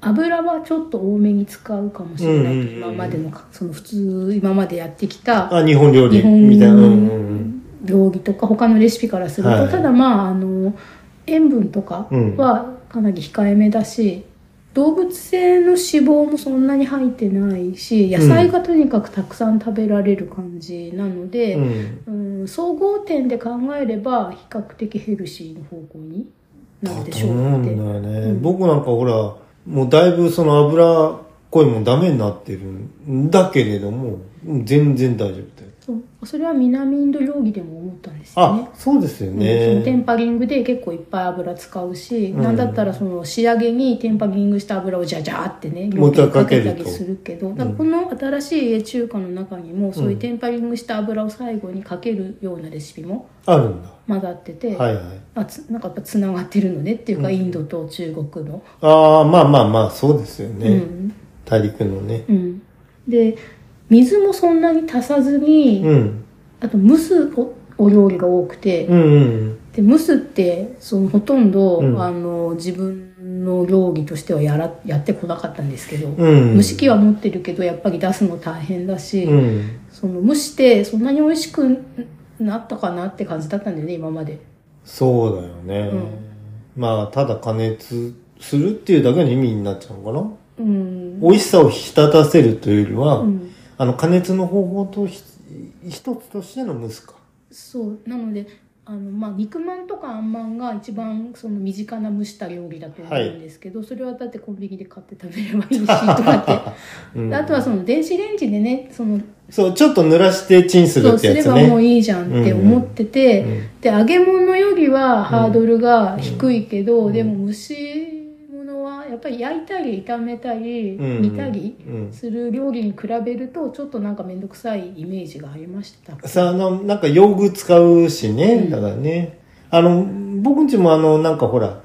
Speaker 2: 油はちょっと多めに使うかもしれないと、
Speaker 1: うんうんうん
Speaker 2: 今までのかその普通今までやってきた
Speaker 1: あ、日本料
Speaker 2: 日
Speaker 1: 理、
Speaker 2: 本
Speaker 1: みたいな。うんうん
Speaker 2: 料理とか他のレシピからすると、
Speaker 1: はい
Speaker 2: ただまああの塩分とか
Speaker 1: うん
Speaker 2: はかなり控えめだし、動物性の脂肪もそんなに入ってないし野菜がとにかくたくさん食べられる感じなので。
Speaker 1: うん。うん。
Speaker 2: うん、総合点で考えれば比較的ヘルシーの方向になる
Speaker 1: だ
Speaker 2: で
Speaker 1: と
Speaker 2: しょ
Speaker 1: 思う
Speaker 2: うんって
Speaker 1: だよね。
Speaker 2: うん
Speaker 1: 僕なんかほら、もうだいぶその油っこいもんダメになってるんだけれども、うん全然大丈夫だよ。
Speaker 2: そうそれは南インド料理でも思ったんですよ
Speaker 1: あ
Speaker 2: ね、
Speaker 1: そうですよ
Speaker 2: うんその
Speaker 1: ね。
Speaker 2: テンパリングで結構いっぱい油使うし、
Speaker 1: うん
Speaker 2: なんだったらその仕上げにテンパリングした油をジャジャーってね
Speaker 1: もう一回かけると
Speaker 2: 料理にたりするけどだからこの新しい家中華の中にもそういうテンパリングした油を最後にかけるようなレシピも
Speaker 1: あるんだ。
Speaker 2: 混ざってて、
Speaker 1: はいはい。
Speaker 2: あつなんかやっぱつながってるのねっていうか、
Speaker 1: うん
Speaker 2: インドと中国の。
Speaker 1: ああ、まあまあまあ、そうですよね。
Speaker 2: うん
Speaker 1: 大陸のね。
Speaker 2: うん、で水もそんなに足さずに、
Speaker 1: うん。
Speaker 2: あと蒸すおお料理が多くて、
Speaker 1: うんうん。
Speaker 2: で蒸すってそのほとんど、
Speaker 1: うん
Speaker 2: あの自分の料理としてはやらやってこなかったんですけど、
Speaker 1: うん。
Speaker 2: 蒸し器は持ってるけどやっぱり出すの大変だし、
Speaker 1: うん。
Speaker 2: その蒸してそんなに美味しくなったかなって感じだったんだよね今まで。
Speaker 1: そうだよね。
Speaker 2: うん
Speaker 1: まあ、ただ加熱するっていうだけの意味になっちゃうのかな。
Speaker 2: うん
Speaker 1: 美味しさを引き立たせるというよりは、
Speaker 2: うん
Speaker 1: あの、加熱の方法とひ一つとしての蒸すか。
Speaker 2: そうなのであの、まあ、肉まんとかあんまんが一番その身近な蒸した料理だと思うんですけど、それはだってコンビニで買って食べればいいしとか
Speaker 1: う
Speaker 2: っ
Speaker 1: ん
Speaker 2: てあとはその電子レンジでねその
Speaker 1: そう、ちょっと濡らしてチンする
Speaker 2: そう
Speaker 1: って
Speaker 2: す
Speaker 1: や
Speaker 2: れ
Speaker 1: つ
Speaker 2: ばもう
Speaker 1: ね。
Speaker 2: いいじゃんって思ってて、
Speaker 1: うん
Speaker 2: で揚げ物よりはハードルが低いけど、でも蒸し物はやっぱり焼いたり炒めたり
Speaker 1: うん
Speaker 2: 煮たり
Speaker 1: うん
Speaker 2: する料理に比べるとちょっとなんか面倒くさいイメージがありました。
Speaker 1: さあ、の、なんか用具使うし
Speaker 2: う
Speaker 1: ね。
Speaker 2: ん
Speaker 1: だからね。あの、僕んちもあの、なんかほら、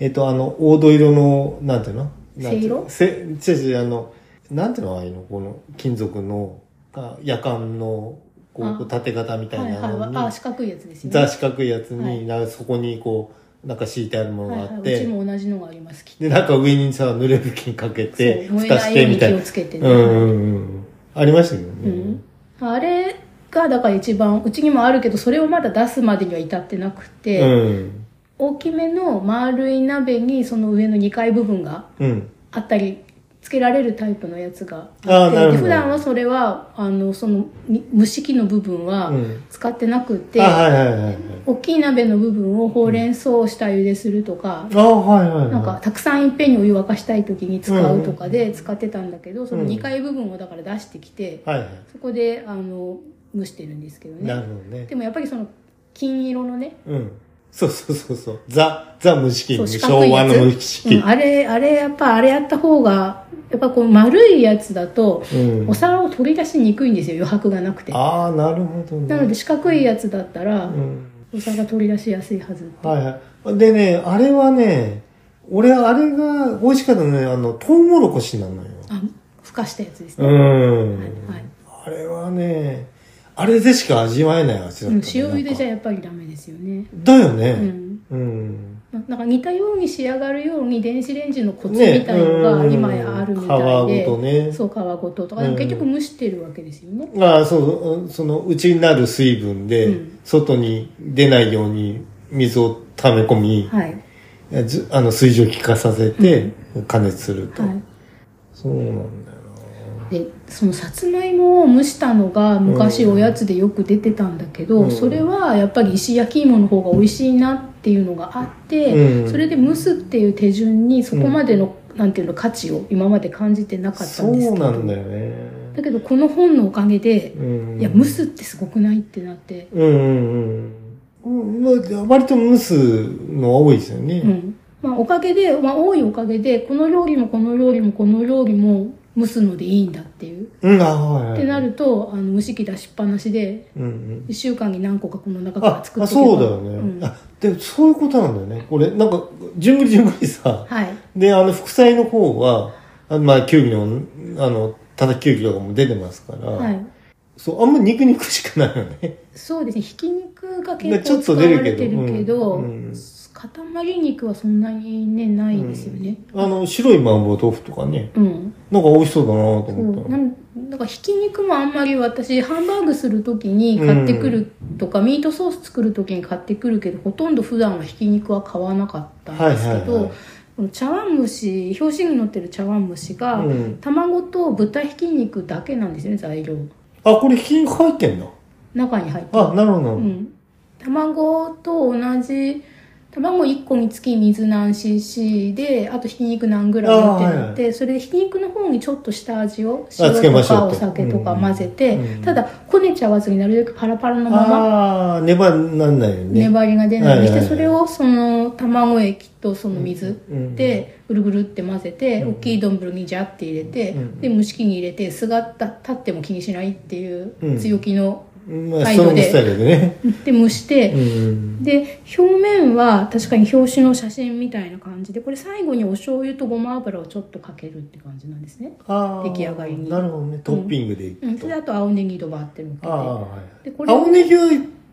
Speaker 1: えっと、あの、黄土色の、なんていうのなんていうのせ、違う違う、あの、なんていうのああいうの、この、金属の、あ夜間の、こ
Speaker 2: あ
Speaker 1: う、縦型みた
Speaker 2: はいい
Speaker 1: なの
Speaker 2: はい、
Speaker 1: に、
Speaker 2: あ四角いやつですよね。
Speaker 1: ザ四角いやつに、
Speaker 2: はい
Speaker 1: なそこにこう、なんか敷いてあるも
Speaker 2: は
Speaker 1: の
Speaker 2: い
Speaker 1: が
Speaker 2: は
Speaker 1: あっ
Speaker 2: い、
Speaker 1: て、
Speaker 2: うちも同じのがありますきっ
Speaker 1: で、なんか上にさ、濡れ布巾かけ
Speaker 2: と
Speaker 1: て、
Speaker 2: そう燃え
Speaker 1: 蓋
Speaker 2: な
Speaker 1: し
Speaker 2: い
Speaker 1: て
Speaker 2: よう
Speaker 1: み
Speaker 2: に
Speaker 1: た
Speaker 2: 気
Speaker 1: い
Speaker 2: を
Speaker 1: な。
Speaker 2: つけてね、
Speaker 1: うんうんうん。ありましたけど
Speaker 2: う
Speaker 1: ね
Speaker 2: ん。あれがだから一番うちにもあるけどそれをまだ出すまでには至ってなくて、
Speaker 1: うん。
Speaker 2: 大きめの丸い鍋にその上の2階部分が
Speaker 1: うん。
Speaker 2: あったりつけられるタイプのやつが
Speaker 1: あ
Speaker 2: あ
Speaker 1: ー
Speaker 2: って
Speaker 1: なるほ
Speaker 2: で
Speaker 1: ど
Speaker 2: 普段はそれはあのそのに蒸し器の部分は
Speaker 1: うん
Speaker 2: 使ってなくて、
Speaker 1: あ、はいはいはいはい。
Speaker 2: 大きい鍋の部分をほうれん草を下茹でするとか、
Speaker 1: あ、はいはいはい。
Speaker 2: なんかたくさんいっぺんにお湯沸かしたい時に使うとかで使ってたんだけど、その
Speaker 1: うん
Speaker 2: 2階部分をだから出してきて、
Speaker 1: はいはい。
Speaker 2: そこであの蒸してるんですけど
Speaker 1: なる
Speaker 2: ね
Speaker 1: ほどね
Speaker 2: で。もやっぱりその金色のね
Speaker 1: うん。そうそうそうそう。ザ、ザ無資金。
Speaker 2: そう四角い
Speaker 1: 昭
Speaker 2: や
Speaker 1: 和
Speaker 2: つ
Speaker 1: の無資
Speaker 2: うん
Speaker 1: 金。
Speaker 2: あれあれやっぱあれやった方がやっぱこう丸いやつだと
Speaker 1: うん
Speaker 2: お。皿を取り出しにくいんですよ余白がなくてな
Speaker 1: ああ、なるほどね。
Speaker 2: ので四角いやつだったら
Speaker 1: うん。
Speaker 2: お皿取り出しやすいはず
Speaker 1: はいはい。でね、あれはね、俺、あれが美味しかったのね、あの、トウモロコシなのよ。
Speaker 2: あふかしたやつです
Speaker 1: う
Speaker 2: ね、
Speaker 1: ん、
Speaker 2: はい
Speaker 1: あれはね、あれでしか味わえない味だ
Speaker 2: う
Speaker 1: った、
Speaker 2: ん
Speaker 1: ね。
Speaker 2: 塩茹でじゃ
Speaker 1: ゃ
Speaker 2: やっぱりダメですよね
Speaker 1: だよ
Speaker 2: う
Speaker 1: ね。
Speaker 2: ん
Speaker 1: うん。
Speaker 2: ななんか似たように仕上がるように電子レンジのコツみたいのが今やあるみたい
Speaker 1: ね
Speaker 2: で、
Speaker 1: うん皮ごとね。
Speaker 2: そう皮ごととか、で
Speaker 1: う
Speaker 2: も
Speaker 1: ん
Speaker 2: 結局蒸してるわけですよね、
Speaker 1: ああ、そううん、その、内になる水分で、
Speaker 2: うん
Speaker 1: 外に出ないように水を溜め込み、
Speaker 2: はい
Speaker 1: えずあの、水蒸気化させて、加熱すると。
Speaker 2: はい
Speaker 1: そうなんだよ
Speaker 2: でそのさつまいもを蒸したのが昔おやつでよく出てたんだけど、
Speaker 1: うん
Speaker 2: それはやっぱり石焼き芋の方が美味しいなっていうのがあって、
Speaker 1: うん
Speaker 2: それで蒸すっていう手順にそこまでの、なんていうの価値を今まで感じてなかった
Speaker 1: そ
Speaker 2: んです
Speaker 1: う
Speaker 2: けど
Speaker 1: なんだよね。
Speaker 2: だけどこの本のおかげで、
Speaker 1: うん
Speaker 2: いや蒸すってすごくないってなって、
Speaker 1: うんうんうんうん。まあ割と蒸すのは多いですよね。
Speaker 2: うんまあ、おかげで、まあ、多いおかげでこの料理もこの料理もこの料理も蒸すのでいいんだっていう。
Speaker 1: うん、あはいはい。
Speaker 2: ってなるとあの蒸し器出しっぱなしで
Speaker 1: うんうん。
Speaker 2: 1週間に何個かこの中か
Speaker 1: あ
Speaker 2: ら、作
Speaker 1: あ
Speaker 2: って
Speaker 1: そ
Speaker 2: おけば
Speaker 1: うだよね。
Speaker 2: うん
Speaker 1: あ、で、そういうことなんだよね。俺、なんか、じゅんぐりじゅんぐりさ、
Speaker 2: はい
Speaker 1: で、あの、副菜の方は、あまあ、キュウリの、あの、叩きキュウリとかも出てますから、
Speaker 2: はい
Speaker 1: そう、あんま肉肉しかないよね。
Speaker 2: そうですねひき肉が
Speaker 1: で
Speaker 2: 結
Speaker 1: ちょ
Speaker 2: 構
Speaker 1: っと
Speaker 2: 使わ
Speaker 1: 出るけ
Speaker 2: れ
Speaker 1: ど。
Speaker 2: てるけど、
Speaker 1: うんうん
Speaker 2: 塊肉はそんなにねないんですよね
Speaker 1: あの、白い麻婆豆腐とかね、
Speaker 2: うん、
Speaker 1: なんか美味しそうだなと
Speaker 2: そう
Speaker 1: 思った
Speaker 2: な
Speaker 1: の。
Speaker 2: んだからひき肉もあんまり私ハンバーグする時に買ってくるとか、ミートソース作る時に買ってくるけどほとんど普段はひき肉は買わなかったんですけ
Speaker 1: はい
Speaker 2: ど、
Speaker 1: はいはい
Speaker 2: この茶碗蒸し表紙に載ってる茶碗蒸しが、
Speaker 1: うん
Speaker 2: 卵と豚ひき肉だけなんですよね材料
Speaker 1: あ、これひき肉入ってんだ。
Speaker 2: 中に入ってる
Speaker 1: あ、なるほど。
Speaker 2: うん、卵と同じ卵1個につき水何 cc であとひき肉何グラムってなって、それでひき肉の方にちょっと下味を
Speaker 1: あつけ
Speaker 2: 塩
Speaker 1: ま
Speaker 2: と
Speaker 1: しょうと
Speaker 2: かお酒とか混ぜて、
Speaker 1: うん
Speaker 2: ただこねちゃわずになるべくパラパラのまま
Speaker 1: ああ、粘りなんないよね。
Speaker 2: 粘りが出ないようにして、
Speaker 1: はいはいはい
Speaker 2: それをその卵液とその水
Speaker 1: うん
Speaker 2: でぐるぐるって混ぜて、
Speaker 1: うん
Speaker 2: 大きい丼にジャって入れて、
Speaker 1: うん
Speaker 2: で蒸し器に入れてすがった立っても気にしないっていう
Speaker 1: うん
Speaker 2: 強気の、
Speaker 1: まあ、
Speaker 2: 態
Speaker 1: そ
Speaker 2: 度
Speaker 1: の
Speaker 2: で
Speaker 1: スタイルで ね。
Speaker 2: で蒸して、
Speaker 1: うん。
Speaker 2: で表面は確かに表紙の写真みたいな感じでこれ最後にお醤油とごま油をちょっとかけるって感じなんですね、
Speaker 1: あー
Speaker 2: 出来上がりに
Speaker 1: なるほどね。トッピングでい
Speaker 2: うん、
Speaker 1: く
Speaker 2: そ
Speaker 1: と。
Speaker 2: れ
Speaker 1: あ
Speaker 2: であと青ネギドバーってのっけ
Speaker 1: あ、はい。
Speaker 2: てでこれ
Speaker 1: 青
Speaker 2: を
Speaker 1: ネギは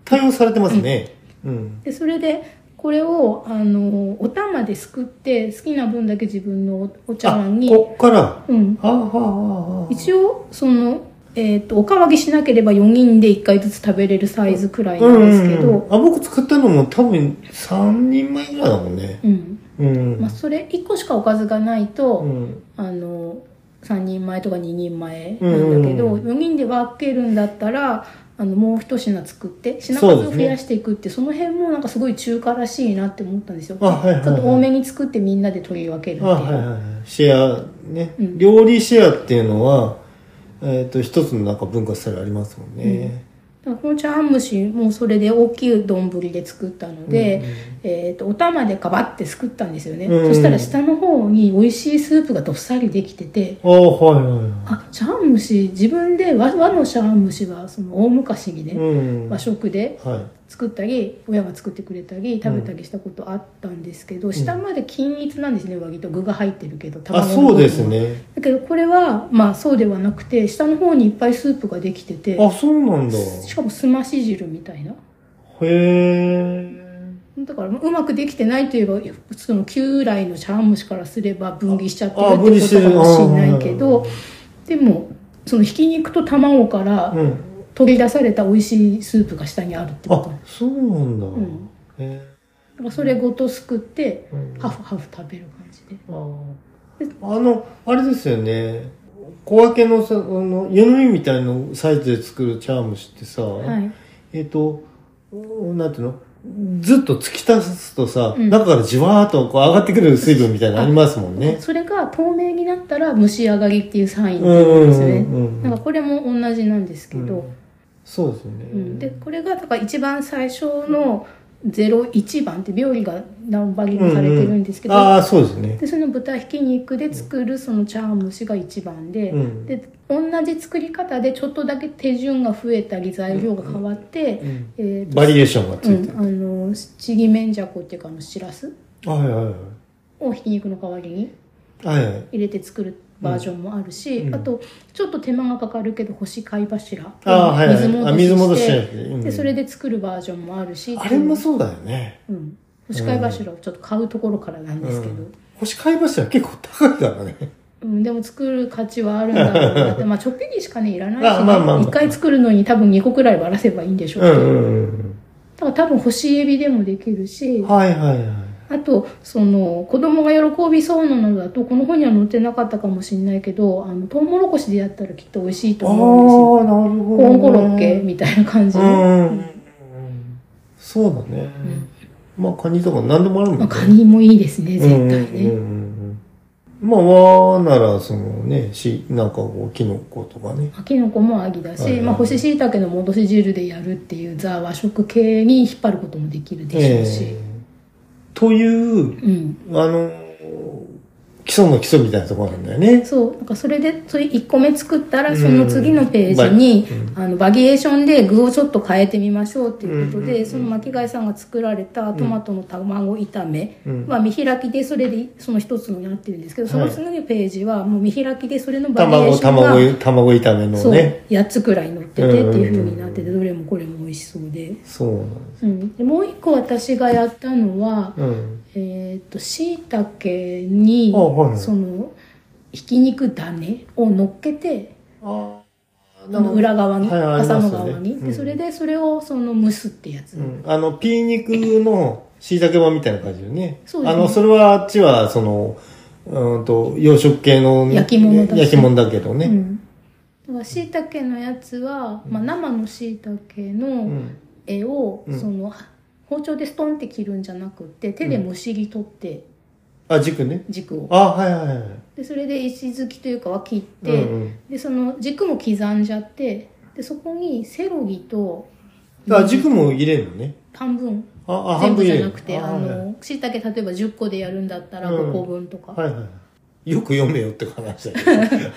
Speaker 1: 対応されてますね。うん。
Speaker 2: でそれでこれをあのお玉ですくって好きな分だけ自分のおお茶碗に
Speaker 1: あ、こっから。は
Speaker 2: うん、
Speaker 1: あ、はあ、はあ。
Speaker 2: 一応その、えー、とおかわりしなければ4人で1回ずつ食べれるサイズくらい
Speaker 1: う
Speaker 2: なんん
Speaker 1: う
Speaker 2: ですけど、
Speaker 1: んうん。あ、僕作ったのも多分3人前ぐらいだもんね。
Speaker 2: うん
Speaker 1: うん。
Speaker 2: まあ、それ1個しかおかずがないと、
Speaker 1: うん。
Speaker 2: あの3人前とか2人前なんだけど、
Speaker 1: うんうん
Speaker 2: 4人で分けるんだったらあのもう一品作って品数を増やしていくってそ,、の辺もなんかすごい中華らしいなって思ったんですよ、
Speaker 1: あ、はいはい、はい。
Speaker 2: ちょっと多めに作ってみんなで取り分けるって
Speaker 1: あ、
Speaker 2: いう、
Speaker 1: はいはいはい。シェア、ね。
Speaker 2: うん
Speaker 1: 料理シェアっていうのは、えっ、と、一つのなんか文化スタイルありますもんね。
Speaker 2: だからこの茶碗蒸しもそれで大きい丼で作ったので、
Speaker 1: うんうん
Speaker 2: えー、とお玉でガバッてすくったんですよね、
Speaker 1: うん
Speaker 2: そしたら下の方に美味しいスープがどっさりできてて
Speaker 1: あ、はいはいはい。
Speaker 2: あ茶碗蒸し自分で和和の茶碗蒸しはその大昔にね、
Speaker 1: うん。
Speaker 2: 和食で
Speaker 1: はい。
Speaker 2: 作ったり親が作ってくれたり食べたりしたことあったんですけど、下まで均一なんですね上着と具が入ってるけど
Speaker 1: あ、
Speaker 2: 卵の部分は
Speaker 1: そうですね。
Speaker 2: だけどこれはまあそうではなくて下の方にいっぱいスープができてて
Speaker 1: あ、そうなんだ。
Speaker 2: しかもすまし汁みたいな
Speaker 1: へえ。
Speaker 2: だからうまくできてないといえばその旧来の茶碗蒸しからすれば分離しちゃってる
Speaker 1: ああ分離
Speaker 2: っ
Speaker 1: して
Speaker 2: て
Speaker 1: る
Speaker 2: ことかもしれないけ
Speaker 1: あ
Speaker 2: どでもそのひき肉と卵から
Speaker 1: うん。
Speaker 2: 取り出された美味しいスープが下にあるってこと
Speaker 1: あ、そうなんだ。
Speaker 2: ん
Speaker 1: へ
Speaker 2: だからそれごとすくって
Speaker 1: え。うん
Speaker 2: ハフハフ食べる感じで
Speaker 1: あの、あれですよね。小分けのさ、あの、湯飲みみたいなサイズで作るチャームシってさ、
Speaker 2: はい
Speaker 1: えっ、と、おなんていうのずっと突き出すとさ、
Speaker 2: うん
Speaker 1: 中からじわーっとこう上がってくる水分みたいなのありますもんね。
Speaker 2: それが透明になったら蒸し上がりっていうサインって
Speaker 1: うん
Speaker 2: いうんで
Speaker 1: う
Speaker 2: すよね、
Speaker 1: んう
Speaker 2: なん
Speaker 1: ん
Speaker 2: かこれも同じなんですけ
Speaker 1: う
Speaker 2: ど、
Speaker 1: ん。そうですよね。
Speaker 2: うんでこれがだから一番最初の01番って料理が何番切りされてるんですけど、
Speaker 1: ああ、そうですね。
Speaker 2: でその豚ひき肉で作るその茶碗蒸しが一番で,、
Speaker 1: うん
Speaker 2: で同じ作り方でちょっとだけ手順が増えたり材料が変わって、
Speaker 1: うん
Speaker 2: えーと
Speaker 1: バリエーションがつ
Speaker 2: う
Speaker 1: いてる。
Speaker 2: ん、あのちぎめんじゃこっていうかあのしらす
Speaker 1: はいはいはい。
Speaker 2: をひき肉の代わりに
Speaker 1: はいはい。
Speaker 2: 入れて作るバージョンもあるし、
Speaker 1: うんうん
Speaker 2: あとちょっと手間がかかるけど干し貝柱
Speaker 1: ああ、はいはい。あ水戻し
Speaker 2: して
Speaker 1: なくて。うん
Speaker 2: でそれで作るバージョンもあるし
Speaker 1: あれもそうだよね。
Speaker 2: うん、干し貝柱をちょっと買うところからなんですけど、
Speaker 1: うん星買いましたら結構高いからね。
Speaker 2: うん、でも作る価値はあるんだろ うなって、まあ、ちょっぴりしかね、いらないし、ね、
Speaker 1: あまあまあまあ
Speaker 2: 1回作るのに多分2個くらいばらせばいいんでしょう
Speaker 1: う
Speaker 2: け
Speaker 1: ん
Speaker 2: ど、
Speaker 1: うん
Speaker 2: だから多分干しエビでもできるし
Speaker 1: うん。、はいはいはい。
Speaker 2: あと、その、子供が喜びそうなのだと、この本には載ってなかったかもしれないけど、あの、トウモロコシでやったらきっと美味しいと
Speaker 1: ああ、
Speaker 2: 思うんですよ。
Speaker 1: なるほど、ね。
Speaker 2: コーンコロッケみたいな感じ
Speaker 1: う
Speaker 2: で。
Speaker 1: んうん。そうだね。まあ、カニとか何でもあるもんね。
Speaker 2: まあ、カニもいいですね、絶対
Speaker 1: うん
Speaker 2: ね。
Speaker 1: うんうんうんまあ、和なら、そのね、し、なんかこう、キノコとかね。
Speaker 2: まあキノコもアギだし、
Speaker 1: はいはい
Speaker 2: まあ、干し椎茸の戻し汁でやるっていうザ和食系に引っ張ることもできるでしょうし、
Speaker 1: えーという、
Speaker 2: うん、
Speaker 1: あの、基礎の基礎みたいなところなんだよね。
Speaker 2: そうなんかそれでそれ1個目作った
Speaker 1: う
Speaker 2: ら
Speaker 1: ん
Speaker 2: その次のページに、
Speaker 1: う
Speaker 2: あのバリエーションで具をちょっと変えてみましょうっていうことで、
Speaker 1: うんうんうん
Speaker 2: その巻貝さんが作られたトマトの卵炒め
Speaker 1: うん
Speaker 2: は見開きでそれでその一つになってるんですけど、その次のページはもう見開きでそれのバリエ
Speaker 1: 卵、
Speaker 2: ーションが、
Speaker 1: 卵、卵炒めの
Speaker 2: そう
Speaker 1: ね。
Speaker 2: 8つくらい乗っててっていう風になっててどれもこれも美味しそうで,、
Speaker 1: そうなんです。
Speaker 2: うん、でもう一個私がやったのは、
Speaker 1: うん。
Speaker 2: えー、と椎茸に
Speaker 1: あはい
Speaker 2: そのひき肉種を乗っけて
Speaker 1: ああ、
Speaker 2: あの裏側に
Speaker 1: はいはいあり
Speaker 2: 朝
Speaker 1: ま
Speaker 2: の
Speaker 1: すよ
Speaker 2: 側
Speaker 1: ね
Speaker 2: に、
Speaker 1: う
Speaker 2: で
Speaker 1: ん
Speaker 2: それでそれをその蒸すってやつ、
Speaker 1: うんあの、ピー肉の椎茸版みたいな感じよね。
Speaker 2: そうです
Speaker 1: あ
Speaker 2: ね
Speaker 1: の、それはあっちは、その、うーんと、洋食系の、ね、
Speaker 2: 焼き物だし
Speaker 1: 焼き物だけど
Speaker 2: う
Speaker 1: ね。
Speaker 2: んだから椎茸のやつは、まあ、生の椎茸
Speaker 1: う
Speaker 2: の
Speaker 1: ん。
Speaker 2: 絵を、
Speaker 1: うん
Speaker 2: その包丁でストンって切るんじゃなくて手でむしり取って
Speaker 1: あ、軸ね。
Speaker 2: 軸を、
Speaker 1: あ、はいはいはい。
Speaker 2: でそれで石突きというかは切って、
Speaker 1: うんうん
Speaker 2: でその軸も刻んじゃってでそこにセロギと
Speaker 1: あ、軸も入れるのね。
Speaker 2: 半分
Speaker 1: あ、あ半
Speaker 2: 全部
Speaker 1: 分入
Speaker 2: じゃ
Speaker 1: れる。
Speaker 2: なくてあ
Speaker 1: はいはい
Speaker 2: のしいたけ例えば10個でやるんだったら
Speaker 1: うん
Speaker 2: 5個分とか、
Speaker 1: はいはい。よく読めよって話だけど。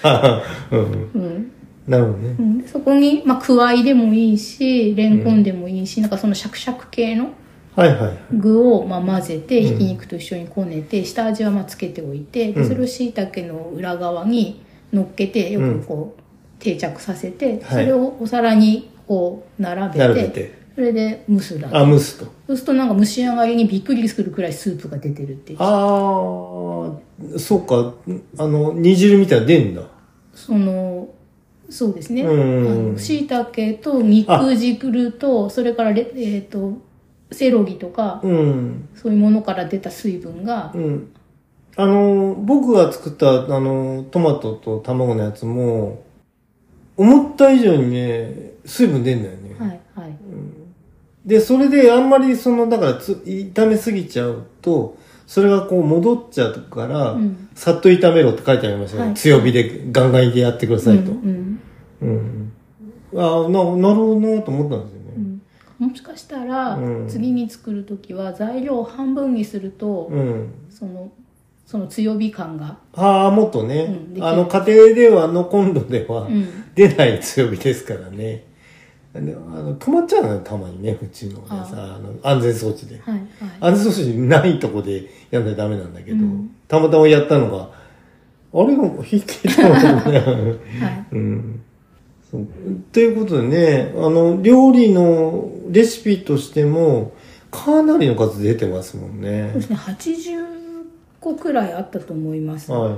Speaker 1: うんうん
Speaker 2: うん
Speaker 1: なるほどね
Speaker 2: う。ん、でそこに、まあ、くわいでもいいしレンコンでもいいし、なんかそのシャクシャク系の
Speaker 1: はいはい。
Speaker 2: 具をまあ混ぜて
Speaker 1: うん
Speaker 2: ひき肉と一緒にこねて、下味はまあつけておいて
Speaker 1: う
Speaker 2: で
Speaker 1: ん
Speaker 2: それをしいたけの裏側に乗っけてよくこう定着させ
Speaker 1: はい
Speaker 2: て、それをお皿にこう並べて
Speaker 1: 並べて。
Speaker 2: それで蒸すだけ
Speaker 1: あ、蒸すと。
Speaker 2: そうするとなんか蒸し上がりにびっくりするくらいスープが出てるっていう
Speaker 1: ああ、そうか。あの、煮汁みたいなの出んだ。
Speaker 2: そのそうですね
Speaker 1: うん
Speaker 2: しいたけと肉汁とそれからレえっ、とセロギとか、
Speaker 1: うん。
Speaker 2: そういうものから出た水分が、
Speaker 1: うん。あの、僕が作った、あの、トマトと卵のやつも、思った以上にね、水分出んだよね。
Speaker 2: はいはい
Speaker 1: で、それであんまりその、だからつ、炒めすぎちゃうと、それがこう戻っちゃうから、
Speaker 2: うん
Speaker 1: さっと炒めろって書いてありましたね。
Speaker 2: はい
Speaker 1: 強火でガンガンでやってくださいと。
Speaker 2: うんうん
Speaker 1: うん。ああ、な、なるほどなと思ったんですよ
Speaker 2: う
Speaker 1: ね。
Speaker 2: んもしかしたら、
Speaker 1: うん
Speaker 2: 次に作る時は材料を半分にすると、
Speaker 1: うん。
Speaker 2: そのその強火感が、
Speaker 1: ああ、もっとね、
Speaker 2: うんできる
Speaker 1: あの、家庭では、あの、コンロでは、
Speaker 2: うん
Speaker 1: 出ない強火ですからね。であの止まっちゃうのよ、たまにね、うちのね
Speaker 2: ああ
Speaker 1: さあの、安全装置で。
Speaker 2: はいはい
Speaker 1: 安全装置ないとこでやんないとダメなんだけど、
Speaker 2: うん
Speaker 1: たまたまやったのが、あれが引いてたの ね。
Speaker 2: は
Speaker 1: う
Speaker 2: い
Speaker 1: ん。そうということでね、あの、料理のレシピとしても、かなりの数出てますもんね
Speaker 2: そう。ですね80個くらいあったと思います、
Speaker 1: はいは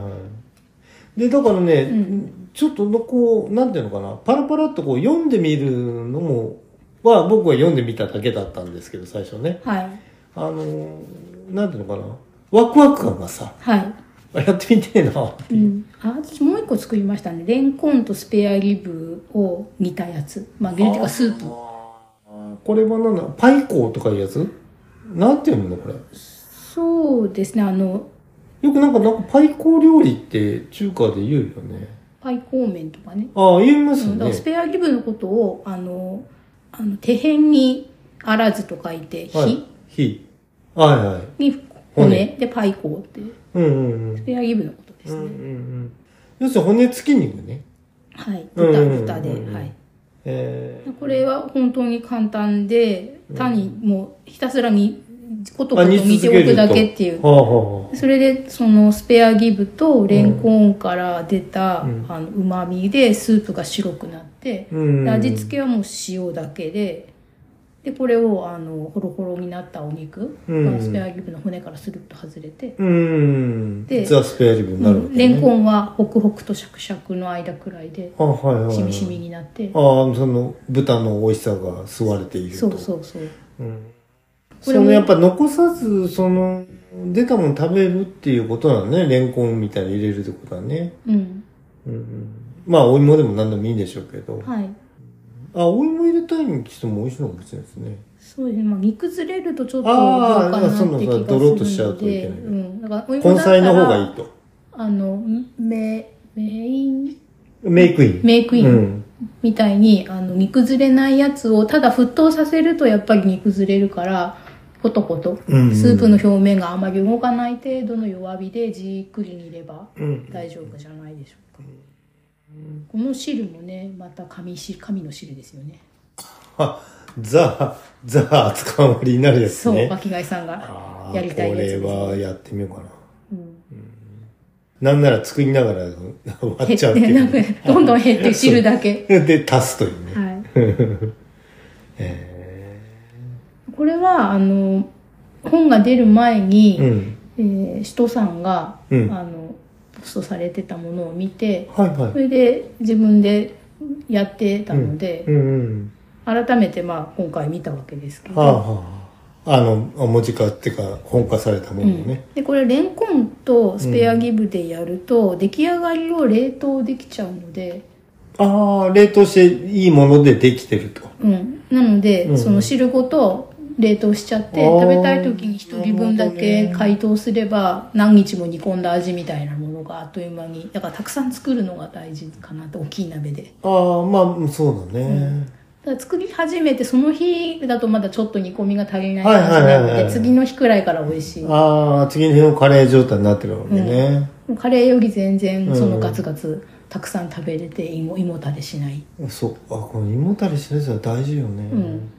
Speaker 1: い。で、だからね、
Speaker 2: ん
Speaker 1: ちょっとのこう、なんていうのかな、パラパラっとこう読んでみるのも、は僕は読んでみただけだったんですけど、最初ね。
Speaker 2: はい
Speaker 1: あのー、なんていうのかな、ワクワク感がさ、
Speaker 2: はい
Speaker 1: あやってみてえな。
Speaker 2: うん、あ私もう一個作りましたねレンコンとスペアリブを煮たやつまあ煮るっていうかスープ
Speaker 1: あーこれはなんだパイコーとかいうやつなんて読むのこれ。
Speaker 2: そうですねあの
Speaker 1: よくなんか、なんかパイコー料理って中華で言うよね。
Speaker 2: パイコーメンとかね
Speaker 1: ああ、言います
Speaker 2: う
Speaker 1: よ
Speaker 2: んだ
Speaker 1: ね。
Speaker 2: からスペアリブのことをあのあの手辺にあらずと書いて「ひ」
Speaker 1: はい火。はいはい。
Speaker 2: に
Speaker 1: 骨
Speaker 2: 骨でパイコーっていう
Speaker 1: うんうんうん
Speaker 2: ス。ペアギブのことで
Speaker 1: う
Speaker 2: す
Speaker 1: んうんう
Speaker 2: ね、
Speaker 1: ん。要するに骨付き肉ね。
Speaker 2: はい
Speaker 1: うん
Speaker 2: 豚
Speaker 1: うん
Speaker 2: 豚で、
Speaker 1: うんうん
Speaker 2: はい
Speaker 1: えー
Speaker 2: これは本当に簡単で単にもうひたすらにこと
Speaker 1: あ
Speaker 2: こと
Speaker 1: 煮続
Speaker 2: 見て
Speaker 1: けると
Speaker 2: おくだけっていう
Speaker 1: はあは
Speaker 2: それでそのスペアギブとレンコンから出た
Speaker 1: うん
Speaker 2: あの旨味でスープが白くなって
Speaker 1: あ。うん
Speaker 2: で味付けはもう塩だけででこれをあのホロホロになったお肉
Speaker 1: うん
Speaker 2: まあスペアギブの骨からスルッと外れて
Speaker 1: け。うん。
Speaker 2: で
Speaker 1: ザ・スペアリブになるわけ、ね。
Speaker 2: レンコ
Speaker 1: ン。
Speaker 2: ンはホクホクとシャクシャクの間くらいで
Speaker 1: あ、はいはい、はい。
Speaker 2: しみしみになって
Speaker 1: ああ、その豚の美味しさが吸われていると。
Speaker 2: そうそうそう
Speaker 1: うん。
Speaker 2: こ
Speaker 1: そ
Speaker 2: れも
Speaker 1: のやっぱ残さず、その、出たもの食べるっていうことなのね。レンコンみたいに入れるってことはね。
Speaker 2: うん
Speaker 1: うんうん。まあ、お芋でも何でもいいんでしょうけど。
Speaker 2: はい
Speaker 1: あ、お芋入れたいにしても美味しいのかもしれないですね。
Speaker 2: そうですね、まあ、煮崩れるとちょっとどう
Speaker 1: あー
Speaker 2: かなって気がする
Speaker 1: そ
Speaker 2: の
Speaker 1: う
Speaker 2: で
Speaker 1: ドロッとしちゃうといけない
Speaker 2: うん、だからお芋
Speaker 1: 根
Speaker 2: だったら
Speaker 1: 菜の方がいいと。
Speaker 2: あのメメイン
Speaker 1: メイクイン。
Speaker 2: メイクイ
Speaker 1: う
Speaker 2: ン
Speaker 1: ん。
Speaker 2: みたいに、あの煮崩れないやつをただ沸騰させるとやっぱり煮崩れるからコトコトス
Speaker 1: うんうん
Speaker 2: ープの表面があまり動かない程度の弱火でじっくり煮れば
Speaker 1: うん。
Speaker 2: 大丈夫じゃないでしょうか、この汁もねまた紙し紙の汁ですよね
Speaker 1: あ、 ザ、ザ、扱う割りになるやつ
Speaker 2: そう、
Speaker 1: ね。
Speaker 2: 巻貝さん
Speaker 1: あ
Speaker 2: が
Speaker 1: あ
Speaker 2: やりたいやつです、ね、
Speaker 1: これはやってみようかな。
Speaker 2: うん
Speaker 1: なんなら作りながら 割っちゃうって
Speaker 2: 減って
Speaker 1: い
Speaker 2: なんかどんどん減って汁だけ、
Speaker 1: う。 で、足すというね。
Speaker 2: は
Speaker 1: え
Speaker 2: い、これはあの本が出る前
Speaker 1: え
Speaker 2: に、
Speaker 1: うん。
Speaker 2: えー使徒さんが、
Speaker 1: うん
Speaker 2: あのポストされてたものを見て
Speaker 1: はいは
Speaker 2: それで自分でやってたの
Speaker 1: い。
Speaker 2: で、
Speaker 1: うんうん。
Speaker 2: 改めて、まあ、今回見たわけですけど、
Speaker 1: はあはあ。あの、文字化っていうか、本化されたも
Speaker 2: う
Speaker 1: のを
Speaker 2: ん
Speaker 1: ね。
Speaker 2: でこれレンコンとスペアギブでやると、出来上がりを冷凍できちゃうので、
Speaker 1: ああ、冷凍していいものでできてると。
Speaker 2: うん、なので、
Speaker 1: うん
Speaker 2: その汁ごと冷凍しちゃって
Speaker 1: あー
Speaker 2: 食べたい時に1人分だ
Speaker 1: なる
Speaker 2: け
Speaker 1: ほどね
Speaker 2: 解凍すれば何日も煮込んだ味みたいなものがあっという間にだからたくさん作るのが大事かなと大きい鍋で
Speaker 1: ああ、まあ、そうだね。
Speaker 2: ただ作り始めてその日だとまだちょっと煮込みが足りない
Speaker 1: はい
Speaker 2: 感
Speaker 1: はい
Speaker 2: じ
Speaker 1: はいは
Speaker 2: ないので次の日くらいから美味しいも
Speaker 1: ああ、次の日のカレー状態になってるわけね。
Speaker 2: うカレーより全
Speaker 1: う
Speaker 2: 然
Speaker 1: ん
Speaker 2: そのガツガツたくさん食べれて芋芋たれしない
Speaker 1: そう。あ、この胃もたれしないやつは大事よね。
Speaker 2: うん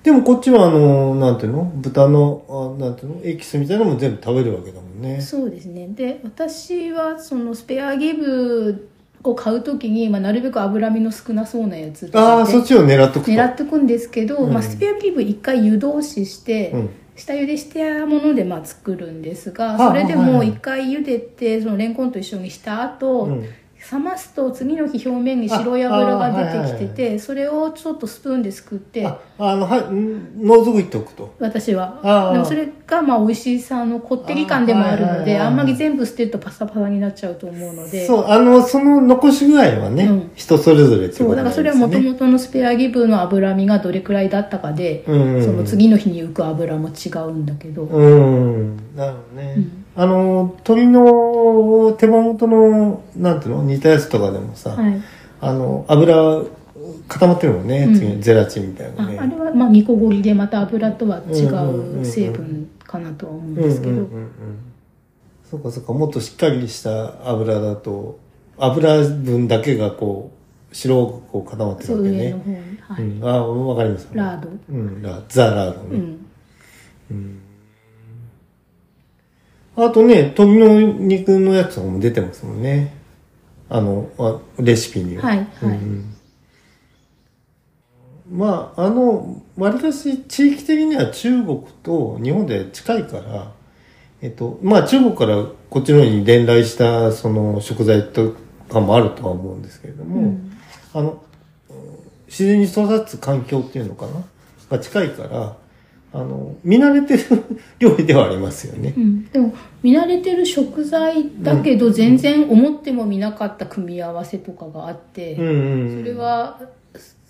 Speaker 1: でもこっちはあの、なんていうの豚の、あなんていうのエキスみたいなのも全部食べるわけだもんね。
Speaker 2: そうですねで私はそのスペアギブを買う時に、まあ、なるべく脂身の少なそうなやつと
Speaker 1: あ
Speaker 2: か
Speaker 1: あ、
Speaker 2: で
Speaker 1: そっちを狙っとくと。
Speaker 2: 狙っていくんですけど、
Speaker 1: うん
Speaker 2: まあ、スペアギブ一回湯通しして、
Speaker 1: うん
Speaker 2: 下茹でしたものでまあ作るんですが
Speaker 1: あ
Speaker 2: それで
Speaker 1: はい
Speaker 2: も
Speaker 1: はい
Speaker 2: 一回茹でてそのレンコンと一緒にした後、
Speaker 1: うん
Speaker 2: 冷ますと次の日表面に白い油が出てき
Speaker 1: あ
Speaker 2: てて、それをちょっとスプーンですくって
Speaker 1: あ、あの、はい、ん脳ぞぐいっておくと。
Speaker 2: 私は
Speaker 1: あー
Speaker 2: でもそれがまあ美味しさのこってり感でもある
Speaker 1: あ
Speaker 2: ので
Speaker 1: ーはいはいはい
Speaker 2: あんまり全部捨てるとパサパサになっちゃうと思うので
Speaker 1: そう、あの、その残し具合はね、
Speaker 2: うん
Speaker 1: 人それぞれって
Speaker 2: そ
Speaker 1: いううこと
Speaker 2: だ
Speaker 1: なん
Speaker 2: か
Speaker 1: で
Speaker 2: ら
Speaker 1: す
Speaker 2: それ
Speaker 1: ね。
Speaker 2: はもともとのスペアギブの脂身がどれくらいだったかで、
Speaker 1: うんうん
Speaker 2: その次の日に浮く油も違うんだけど、
Speaker 1: うん、なるほどね。
Speaker 2: うん
Speaker 1: あの、鶏の手羽元の、なんていうの煮たやつとかでもさ、
Speaker 2: はい、
Speaker 1: あの、油固まってるもんね、
Speaker 2: うん
Speaker 1: 次のゼラチンみたいな
Speaker 2: あ
Speaker 1: ね。
Speaker 2: あれはまあ煮こごりでまた油とは
Speaker 1: んう
Speaker 2: 違
Speaker 1: んうんう
Speaker 2: うんう成分かなとは思うん
Speaker 1: うんう
Speaker 2: で
Speaker 1: ん
Speaker 2: すけ
Speaker 1: うんう
Speaker 2: ど
Speaker 1: ん。そうかそうか、もっとしっかりした油だと、油分だけがこう、白くこう固まってる
Speaker 2: そ
Speaker 1: わ
Speaker 2: う
Speaker 1: け
Speaker 2: 上の
Speaker 1: ね。
Speaker 2: 方に、は
Speaker 1: う
Speaker 2: い
Speaker 1: ん、ああ、わかります。
Speaker 2: ラード、
Speaker 1: うん、ラザ・ラード
Speaker 2: う
Speaker 1: ね。
Speaker 2: ん、
Speaker 1: あとね、鶏の肉のやつとかも出てますもんね。あの、あレシピには。
Speaker 2: はいはい、
Speaker 1: うんまあ、あの、わりかし地域的には中国と日本で近いから、えっと、まあ中国からこっちの方に伝来したその食材とかもあるとは思うんですけれども、
Speaker 2: うん
Speaker 1: あの、自然に育つ環境っていうのかなが近いから、あの、見慣れてる料理ではありますよね
Speaker 2: う。ん、でも見慣れてる食材だけど全然思っても見なかった組み合わせとかがあって、
Speaker 1: うんうん。
Speaker 2: それ、は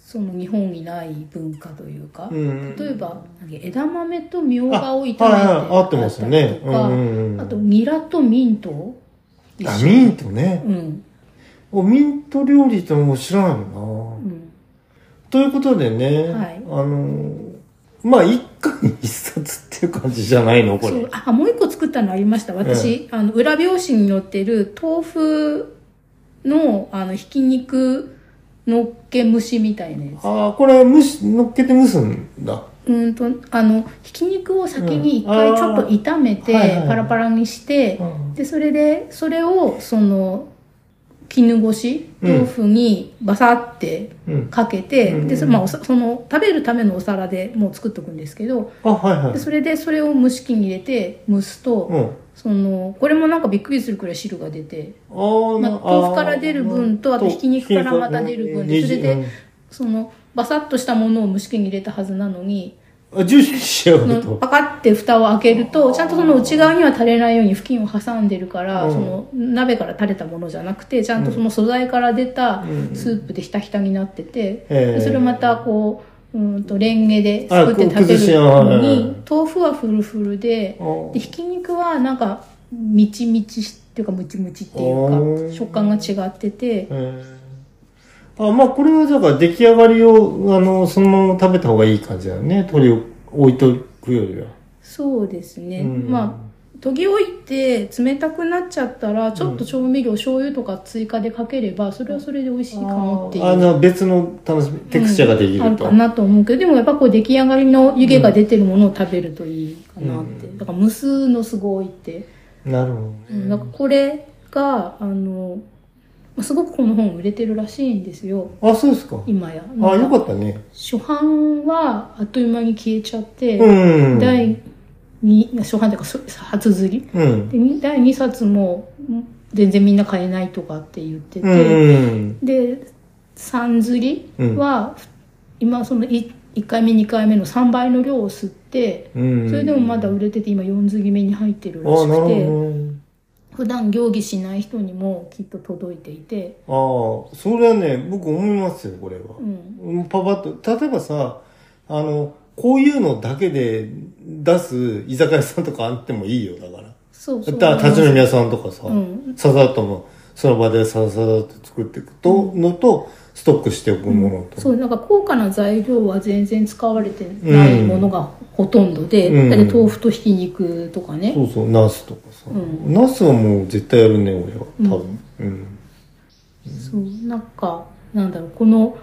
Speaker 2: その日本にない文化というか、
Speaker 1: うん、
Speaker 2: 例えば枝豆とみょうがを炒めて
Speaker 1: あはいはい合ってますよね
Speaker 2: あったりとか
Speaker 1: うんうんうん
Speaker 2: あとニラとミントを一
Speaker 1: あ、
Speaker 2: 緒に
Speaker 1: ミントね。
Speaker 2: うん
Speaker 1: おミント料理ってもう知らないのな、
Speaker 2: うん
Speaker 1: ということでね、
Speaker 2: はい
Speaker 1: あの、まあ、一家に一冊っていう感じじゃないのこ
Speaker 2: そ
Speaker 1: れ
Speaker 2: う。あもう一個作ったのありました私、あの裏表紙に載ってる豆腐のあのひき肉のっけ蒸しみたいなやつ
Speaker 1: ああ、これ、蒸し、乗っけて蒸すんだ。
Speaker 2: うんとあのひき肉を先に一回
Speaker 1: うん
Speaker 2: ちょっと炒めて、
Speaker 1: あーはいはいはい
Speaker 2: パラパラにして、
Speaker 1: うん
Speaker 2: でそれでそれをその絹ごし
Speaker 1: うん
Speaker 2: 豆腐にバサって
Speaker 1: うん。
Speaker 2: かけて、
Speaker 1: うん
Speaker 2: でそ,、まあ、おさその食べるためのお皿でもう作っとくんですけど
Speaker 1: あ、はいは
Speaker 2: で
Speaker 1: い。
Speaker 2: それでそれを蒸し器に入れて蒸すと、
Speaker 1: うん。
Speaker 2: そのこれもなんかびっくりするくらい汁が出て
Speaker 1: ああ、
Speaker 2: まあ豆腐から出る分とあとひき肉からまた出る分でそれでそのバサッとしたものを蒸し器に入れたはずなのに
Speaker 1: で。ジューシーにしちゃ
Speaker 2: そうの
Speaker 1: と。
Speaker 2: パカッて蓋を開けるとちゃんとその内側には垂れないように布巾を挟んでるから、
Speaker 1: うん
Speaker 2: その鍋から垂れたものじゃなくてちゃんとその素材から出た
Speaker 1: うん
Speaker 2: スープでひたひたになってて、
Speaker 1: へえ
Speaker 2: でそれをまたこううんとレンゲで
Speaker 1: あ
Speaker 2: 作って食べ
Speaker 1: 崩し
Speaker 2: る
Speaker 1: は
Speaker 2: の
Speaker 1: いはいはい
Speaker 2: に豆腐はフルフルで。
Speaker 1: あ
Speaker 2: でひき肉はなんかみちみちっていうかムチムチってい
Speaker 1: あ
Speaker 2: う
Speaker 1: ー
Speaker 2: か食感が違ってて
Speaker 1: えーあまあこれはだから出来上がりをあのそのまま食べた方がいい感じだよね鶏を置いとくよりは、
Speaker 2: そうですね、
Speaker 1: うん
Speaker 2: まあ研ぎ置いて冷たくなっちゃったらちょっと調味料、醤油とか追加でかければそれはそれで美味しいかもっていう
Speaker 1: あの別の楽しみテクスチャーができ
Speaker 2: あ
Speaker 1: る
Speaker 2: る
Speaker 1: と、
Speaker 2: かなと思うけどでもやっぱこう出来上がりの湯気が出てるものを食べるといいかなって、
Speaker 1: うん
Speaker 2: だから蒸すのすごいって、
Speaker 1: なるほど、
Speaker 2: うんなんかこれがあのすごくこの本売れてるらしいんですよ
Speaker 1: あそうですか
Speaker 2: 今や
Speaker 1: あよかったね
Speaker 2: 初版はあっという間に消えちゃって、
Speaker 1: うん
Speaker 2: 第2初版というかそ初刷り
Speaker 1: うん
Speaker 2: でに第2冊もん全然みんな買えないとかって言って
Speaker 1: う
Speaker 2: て、
Speaker 1: ん
Speaker 2: で3刷り
Speaker 1: うん
Speaker 2: は、今その1回目2回目の3倍の量を吸って
Speaker 1: うん
Speaker 2: それでもまだ売れてて今4刷り目に入ってる
Speaker 1: あ
Speaker 2: らし
Speaker 1: なる
Speaker 2: く
Speaker 1: ほど
Speaker 2: て、
Speaker 1: ね
Speaker 2: 普段行儀しない人にもきっと届いていて、
Speaker 1: ああそれはね僕思いますよこれは、
Speaker 2: うん、
Speaker 1: うんパパッと、例えばさ、あの、こういうのだけで出す居酒屋さんとかあってもいいよ、だから。
Speaker 2: そうそう
Speaker 1: だから立ち飲み屋さんとかさ、
Speaker 2: うん
Speaker 1: ささっとも、その場でさささっと作っていくと、のと、ストックしておくものと。
Speaker 2: そうなんか高価な材料は全然使われてないものがほとんどで、
Speaker 1: うん
Speaker 2: だって豆腐とひき肉とかね、
Speaker 1: そうそう、ナスとかさ。
Speaker 2: う
Speaker 1: ナスはもう絶対やるね、俺は。多分。うん。
Speaker 2: そうなんかなんだろうこの